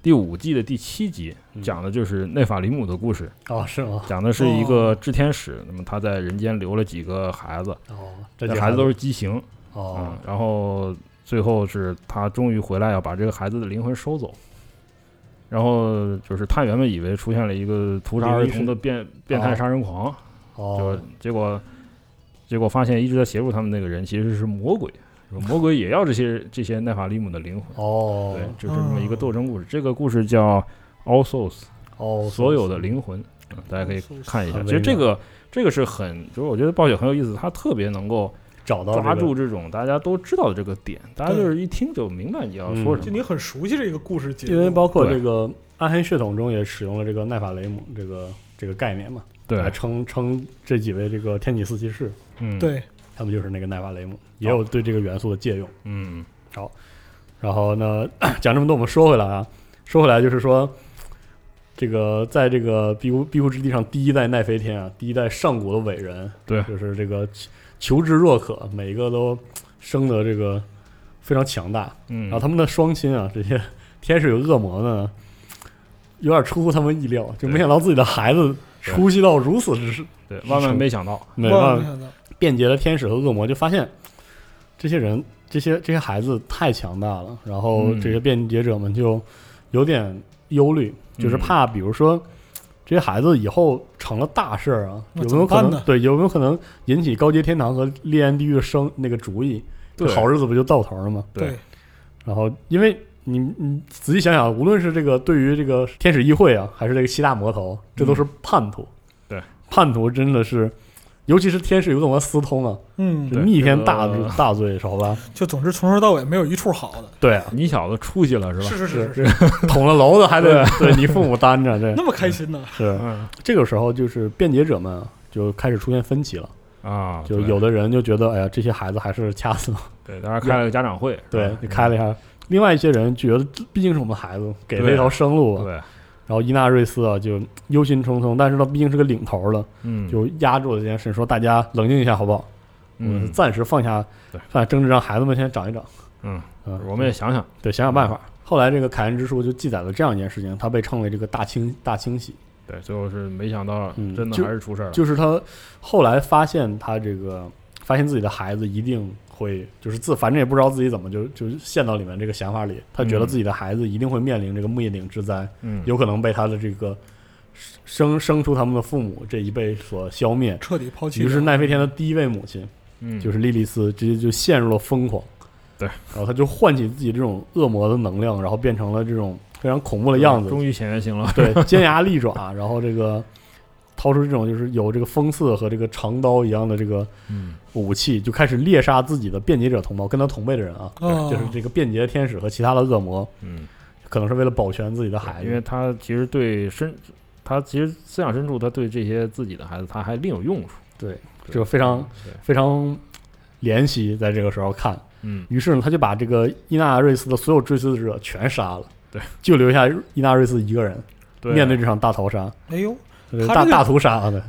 S3: 第五季的第七集
S1: 嗯
S3: 讲的就是内法里姆的故事，
S1: 哦，是吗？
S3: 讲的是一个炽天使，那么他在人间留了几个孩子，
S1: 哦，这
S3: 这
S1: 几
S3: 孩子
S1: 子
S3: 都是畸形，
S1: 哦
S3: 嗯，然后最后是他终于回来要把这个孩子的灵魂收走，然后就是探员们以为出现了一个屠杀儿童的变变态杀人狂，就
S1: 哦
S3: 结果结果发现一直在协助他们那个人其实是魔鬼，魔鬼也要这些这些奈法利姆的灵魂。对
S1: 哦，，
S3: 就是这么一个斗争故事。这个故事叫《 All Souls
S1: 哦，
S3: 所有的灵魂，嗯大家可以
S2: All Souls
S3: 看一下。
S1: 很
S3: 其实
S1: 微
S3: 这
S1: 妙
S3: 个这个是很，就是我觉得暴雪很有意思，它特别能够
S1: 找到这
S3: 抓
S1: 个
S3: 住这种大家都知道的这个点，大家就是一听就明白你要说
S1: 嗯
S3: 什
S2: 就
S3: 么
S2: 你。很熟悉这个故事结
S1: 因为包
S2: 构，
S1: 括
S3: 对
S1: 这个暗黑血统中也使用了这个奈法雷姆这个这个概念嘛，来
S3: 对，
S1: 称称这几位这个天启四骑士，
S3: 嗯，，
S2: 对，
S1: 他们就是那个奈法雷姆，也有对这个元素的借用。
S3: 嗯，
S1: 然后呢， 讲这么多，我们说回来啊，说回来就是说，这个在这个庇护庇护之地上，第一代奈飞天啊，第一代上古的伟人，
S3: 对
S1: 就是这个求求知若渴，每一个都生得这个非常强大。
S3: 嗯，
S1: 然后他们的双亲啊，这些天使与恶魔呢，有点出乎他们意料，就
S3: 对
S1: 没想到自己的孩子
S3: 对
S1: 出息到如此之时。
S3: 对，万万没想到，
S1: 没
S2: 万
S1: 办
S2: 万没
S1: 法，
S2: 想到，
S1: 便捷的天使和恶魔就发现，这些人、这些这些孩子太强大了，然后
S3: 嗯
S1: 这些便捷者们就有点忧虑，就是
S3: 嗯
S1: 怕比如说。这些孩子以后成了大事儿啊，
S2: 那
S1: 有没有
S2: 怎么
S1: 可
S2: 办
S1: 能
S2: 呢？
S1: 对，有没有可能引起高阶天堂和烈焰地狱的生那个主意？这
S3: 对
S1: 好日子不就到头了吗？
S3: 对
S2: 对，
S1: 然后，因为你你仔细想想，无论是这个对于这个天使议会啊，还是这个希腊魔头，这都是叛徒。
S3: 对，
S1: 叛徒真的是，尤其是天使与恶魔私通啊，
S2: 嗯
S3: 对，
S1: 是逆天大、
S3: 这个
S1: 大罪，好吧？
S2: 就总之从头到尾没有一处好的，
S1: 对啊，
S3: 你小子出息了是吧？
S2: 是是是是，嗯
S1: 是捅了娄子还得对你父母担着，这
S2: 那么开心呢？
S1: 是
S3: 嗯
S1: 这个时候就是辩解者们啊就开始出现分歧了，
S3: 啊，
S1: 就
S3: 对
S1: 有的人就觉得，哎呀，这些孩子还是掐死吧，
S3: 对，大家开了个家长会，是
S1: 对
S3: 吧，
S1: 你开了一下。另外一些人觉得，这毕竟是我们孩子，给了
S3: 对
S1: 一条生路啊。
S3: 对，
S1: 然后伊纳瑞斯啊就忧心忡忡，但是他毕竟是个领头了，
S3: 嗯，
S1: 就压住了这件事，说大家冷静一下好不好？我们
S3: 嗯，
S1: 暂时放下
S3: 对
S1: 放下争执，让孩子们先长一长。
S3: 嗯
S1: 嗯，
S3: 我们也想想，
S1: 对想想办法。后来这个凯恩之书就记载了这样一件事情，他被称为这个大清大清洗，
S3: 对，最后是没想到，
S1: 嗯
S3: 真的
S1: 就
S3: 还是出事儿了，
S1: 就是他后来发现他这个发现自己的孩子一定会就是自反正也不知道自己怎么就就陷到里面这个想法里，他觉得
S3: 嗯
S1: 自己的孩子一定会面临这个灭顶之灾，
S3: 嗯，
S1: 有可能被他的这个生生出他们的父母这一辈所消灭。
S2: 彻底抛弃
S1: 于
S2: 了，
S1: 是奈飞天的第一位母亲，
S3: 嗯
S1: 就是莉莉丝，直接就陷入了疯狂。
S3: 对，
S1: 然后她就唤起自己这种恶魔的能量，然后变成了这种非常恐怖的样子。
S3: 终于显原形了，
S1: 对， 尖牙利爪，然后这个掏出这种就是有这个锋刺和这个长刀一样的这个
S3: 嗯，
S1: 武器，就开始猎杀自己的辩解者同胞，跟他同辈的人啊，
S2: 哦
S1: 就是这个辩解天使和其他的恶魔，
S3: 嗯，
S1: 可能是为了保全自己的孩子。
S3: 因为他其实对深，他其实思想深处，他对这些自己的孩子，他还另有用处，
S1: 对，
S3: 对
S1: 就非常
S3: 对，
S1: 非常怜惜，在这个时候看。
S3: 嗯，
S1: 于是呢，他就把这个伊纳瑞斯的所有追随者全杀了，
S3: 对，
S1: 就留下伊纳瑞斯一个人
S3: 对，啊
S1: 面对这场大逃杀，
S2: 哎呦，
S1: 就是
S2: 他
S1: 大
S2: 这个
S1: 大屠杀的。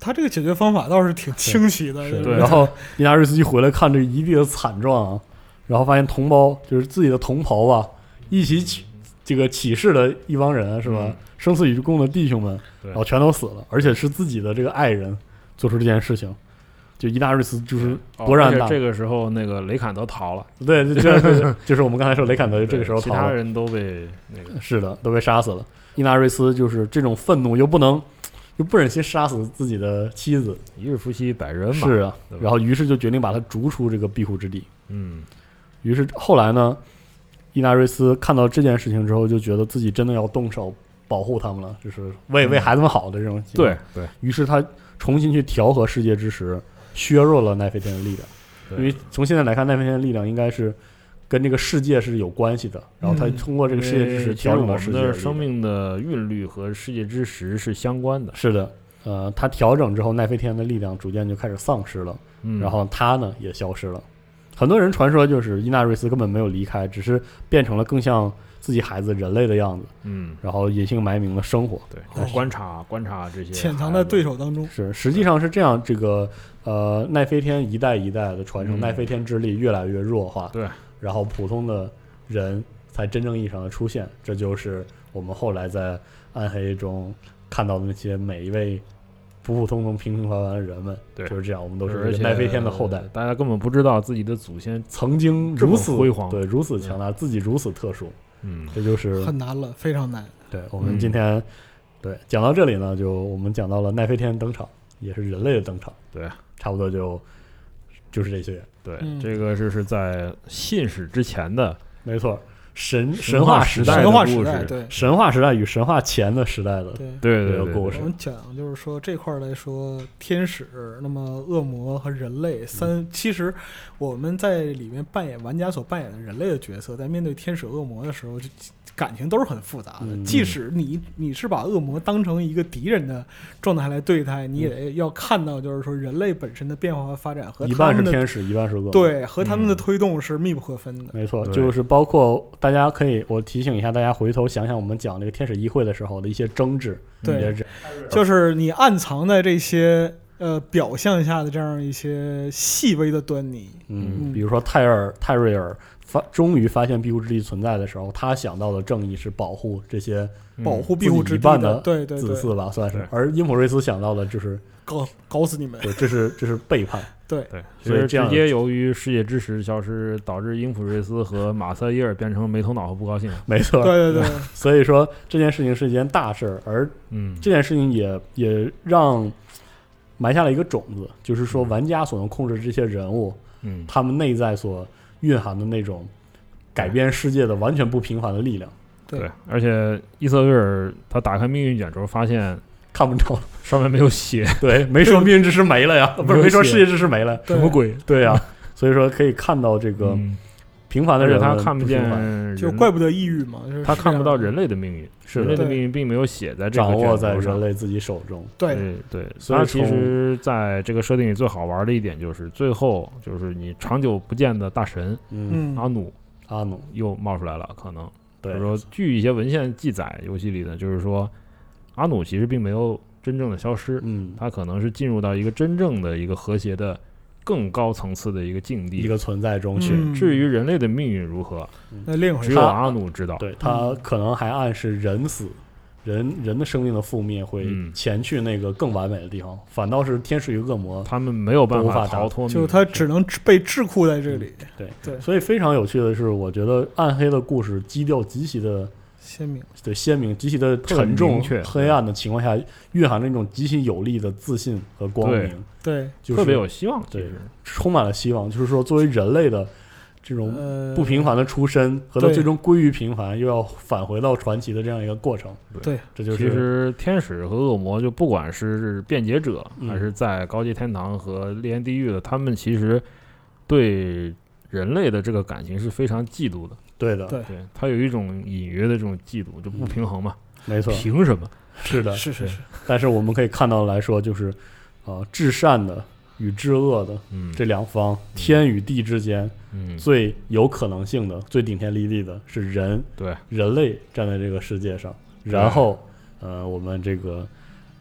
S2: 他这个解决方法倒是挺清晰的，
S1: 是
S2: 就
S3: 呃对
S1: 然后伊纳瑞斯一回来，看这一地的惨状啊，然后发现同胞就是自己的同袍啊，一起起这个起事的一帮人是吧？
S3: 嗯
S1: 生死与共的弟兄们，
S3: 对
S1: 然后全都死了，而且是自己的这个爱人做出这件事情，就伊纳瑞斯就是
S3: 哦
S1: 勃然
S3: 而且
S1: 大
S3: 这个时候，那个雷坎德逃了，
S1: 对，就就就就是我们刚才说雷坎德这个时候
S3: 对其
S1: 逃
S3: 他
S1: 了。
S3: 人都被 那个，
S1: 是的，都被杀死了。伊纳瑞斯就是这种愤怒，又不能又不忍心杀死自己的妻子，
S3: 一日夫妻百日恩嘛，
S1: 是，啊
S3: 对。吧
S1: 然后于是就决定把他逐出这个庇护之地。
S3: 嗯，
S1: 于是后来呢，伊纳瑞斯看到这件事情之后，就觉得自己真的要动手保护他们了，就是为
S3: 嗯
S1: 为孩子们好的这种。
S3: 对，对，
S1: 于是他重新去调和世界之时，削弱了奈飞天的力量。
S3: 对
S1: 因为从现在来看，奈飞天的力量应该是跟这个世界是有关系的。然后他
S2: 嗯
S1: 通过这个世界之石
S3: 因为哎其实
S1: 调
S3: 我
S1: 整了
S3: 们
S1: 世界力
S3: 的
S1: 量
S3: 生命的韵律和世界之时是相关的，
S1: 是的，呃，他调整之后，奈飞天的力量逐渐就开始丧失了，
S3: 嗯，
S1: 然后他呢也消失了。很多人传说就是伊纳瑞斯根本没有离开，只是变成了更像自己孩子人类的样子，
S3: 嗯，
S1: 然后隐姓埋名的生活。
S3: 对，
S2: 哦
S3: 观察观察这些
S2: 潜藏
S3: 孩
S2: 在
S3: 子
S2: 对手当中，
S1: 是，实际上是这样，这个呃，奈飞天一代一代的传承，
S3: 嗯
S1: 奈飞天之力越来越弱化，
S3: 对，
S1: 然后普通的人才真正意义上的出现，这就是我们后来在暗黑中看到的那些每一位普普通通、平平凡凡的人们，
S3: 对
S1: 就是这样，我们都
S3: 而
S1: 是
S3: 且
S1: 奈飞天的后代，
S3: 大家根本不知道自己的祖先，
S1: 曾经
S3: 这么
S1: 如此
S3: 辉煌
S1: 对，如此强大，自己如此特殊，
S3: 嗯，
S1: 这就是
S2: 很难了，非常难。
S1: 对我们
S3: 嗯
S1: 今天、对讲到这里呢，就我们讲到了奈飞天登场，也是人类的登场，
S3: 对，啊
S1: 差不多就就是这些。
S3: 对，
S2: 嗯
S3: 这个就是在信史之前的
S1: 没错，神
S3: 神
S1: 话
S3: 时
S1: 代的
S2: 神话
S3: 故
S2: 时代，
S3: 事，
S2: 对
S1: 神话时代与神话前的时代的
S2: 对。
S3: 对
S1: 这
S3: 对
S1: 个
S3: 对
S1: 故
S3: 对，
S1: 事
S2: 我们讲就是说这块儿来说，天使、那么恶魔和人类
S1: 嗯
S2: 三，其实我们在里面扮演玩家所扮演的人类的角色，在面对天使、恶魔的时候，就感情都是很复杂的。
S1: 嗯
S2: 即使你你是把恶魔当成一个敌人的状态来对待，你也要看到就是说人类本身的变化和发展和
S1: 嗯一
S2: 他
S1: 半是
S2: 们的
S1: 天使，一半是恶魔。，嗯
S2: 对和他们的
S3: 嗯
S2: 推动是密不可分的。
S1: 没错，
S3: 对
S1: 就是包括大家可以，我提醒一下大家，回头想想我们讲这个天使议会的时候的一些争执，
S2: 对
S1: 一些这
S2: 就是你暗藏在这些呃表象下的这样一些细微的端倪。
S1: 嗯，
S2: 嗯
S1: 比如说泰尔泰瑞尔发终于发现庇护之地存在的时候，他想到的正义是保护这些
S3: 嗯
S2: 保护庇护
S1: 自己
S2: 之
S1: 一
S2: 地
S1: 半的
S2: 对对
S1: 子
S2: 对，
S1: 嗣吧，算是
S3: 对。
S1: 而英普瑞斯想到的就是，
S2: 搞搞死你们！
S1: 对，这是这是背叛。
S3: 对，其
S1: 所以
S3: 实
S1: 这样
S3: 直接由于世界之石消失，导致英普瑞斯和马塞耶尔变成没头脑和不高兴。
S1: 没错，
S2: 对对对，
S1: 所以说这件事情是一件大事儿，而
S3: 嗯，
S1: 这件事情也也让埋下了一个种子，就是说
S3: 嗯
S1: 玩家所能控制这些人物，
S3: 嗯，
S1: 他们内在所蕴含的那种改变世界的完全不平凡的力量，
S2: 对
S3: 对，而且伊瑟瑞尔他打开命运卷轴，发现
S1: 看不着。
S3: 上面没有血，
S1: 对，没说命运之石没了呀，不是没说世界之石没了，
S2: 对
S3: 鬼？
S1: 对呀、所以说可以看到这个
S3: 嗯，
S1: 平凡的
S3: 而且
S1: 人
S3: 他
S1: 们
S3: 看不
S1: 平
S3: 见
S1: 凡
S3: 人，
S2: 就怪不得抑郁嘛，就是
S3: 他看不到
S2: 这样
S3: 人类的命运，
S1: 是
S3: 人类
S1: 的，
S3: 的
S2: 对
S3: 命运并没有写在这个
S1: 掌握
S3: 卷
S1: 在
S3: 轴
S1: 人
S3: 上。
S1: 类自己手中。
S2: 对
S3: 对对，
S1: 所以
S3: 它其
S1: 从
S3: 实在这个设定里最好玩的一点就是，最后就是你长久不见的大神
S1: 嗯，
S2: 嗯
S3: 阿努
S1: 阿努，
S3: 又冒出来了，可能
S1: 对
S3: 就是，说，据一些文献记载，游戏里呢，就是说，阿努其实并没有真正的消失，
S1: 嗯，
S3: 他可能是进入到一个真正的一个和谐的、更高层次的一个境
S1: 一
S3: 地。
S1: 个存在中去。
S2: 嗯
S3: 至于人类的命运如何，
S2: 那另一回
S3: 只
S2: 事
S3: 有
S1: 嗯他
S2: 儿。
S3: 阿努知道。
S1: 对他
S2: 嗯
S1: 可能还暗示人死，人人的生命的覆灭会
S3: 嗯
S1: 前去那个更完美的地方，反倒是天使与恶魔。
S3: 他们没有办
S1: 都无法
S3: 法
S1: 达
S3: 逃脱命运，
S2: 就他只能被桎梏在这里，对
S1: 所以非常有趣的是，我觉得暗黑的故事基调极其的
S2: 鲜明。
S1: 对鲜明、极其的沉
S3: 很
S1: 重
S3: 明确、
S1: 黑暗的情况下，蕴含着一种极其有力的自信和光
S3: 对
S1: 明，
S2: 对，
S1: 就是
S3: 特别有希望。其
S1: 对
S3: 实，
S1: 充满了希望。就是说，作为人类的这种
S2: 呃，
S1: 不平凡的出身，和他
S2: 对
S1: 最终归于平凡，又要返回到传奇的这样一个过程。
S2: 对，
S1: 这就
S3: 其
S1: 是
S3: 实天使和恶魔，就不管是辩解者，
S1: 嗯
S3: 还是在高阶天堂和烈焰地狱的，他们其实对人类的这个感情是非常嫉妒的。
S1: 对的，
S2: 对
S3: 对，他有一种隐约的这种嫉妒，就不平衡嘛，
S1: 没错，
S3: 凭什么？
S1: 是的。
S2: 是是是，
S1: 但是我们可以看到来说，就是啊，至善的与至恶的
S3: 嗯，
S1: 这两方，天与地之间
S3: 嗯，
S1: 最有可能性的、最顶天立地的是人，
S3: 对，
S1: 人类站在这个世界上，
S3: 嗯
S1: 然后呃，我们这个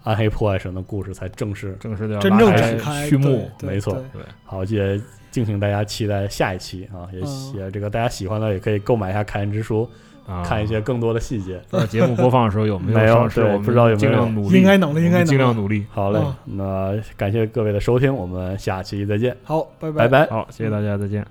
S1: 暗黑破坏神的故事才正式
S3: 正式的要
S2: 真正
S3: 拉
S2: 展
S3: 开
S2: 开
S3: 序幕，，
S2: 对
S1: 没错，
S2: 对
S3: 对，
S1: 好，也敬请大家期待下一期啊！也
S2: 嗯
S1: 也这个大家喜欢的也可以购买一下《凯恩之书》，
S3: 啊，
S1: 看一些更多的细节。
S3: 不知道节目播放的时候有
S1: 没有
S3: 有上市，
S1: 对
S3: 我们
S1: 不知道有没有
S3: 尽量努力，
S2: 应该能了应该能了
S3: 我们尽量努力。
S1: 好嘞
S2: 嗯，
S1: 那感谢各位的收听，我们下期再见，
S2: 好，拜
S1: 拜拜。
S3: 好，谢谢大家，再见。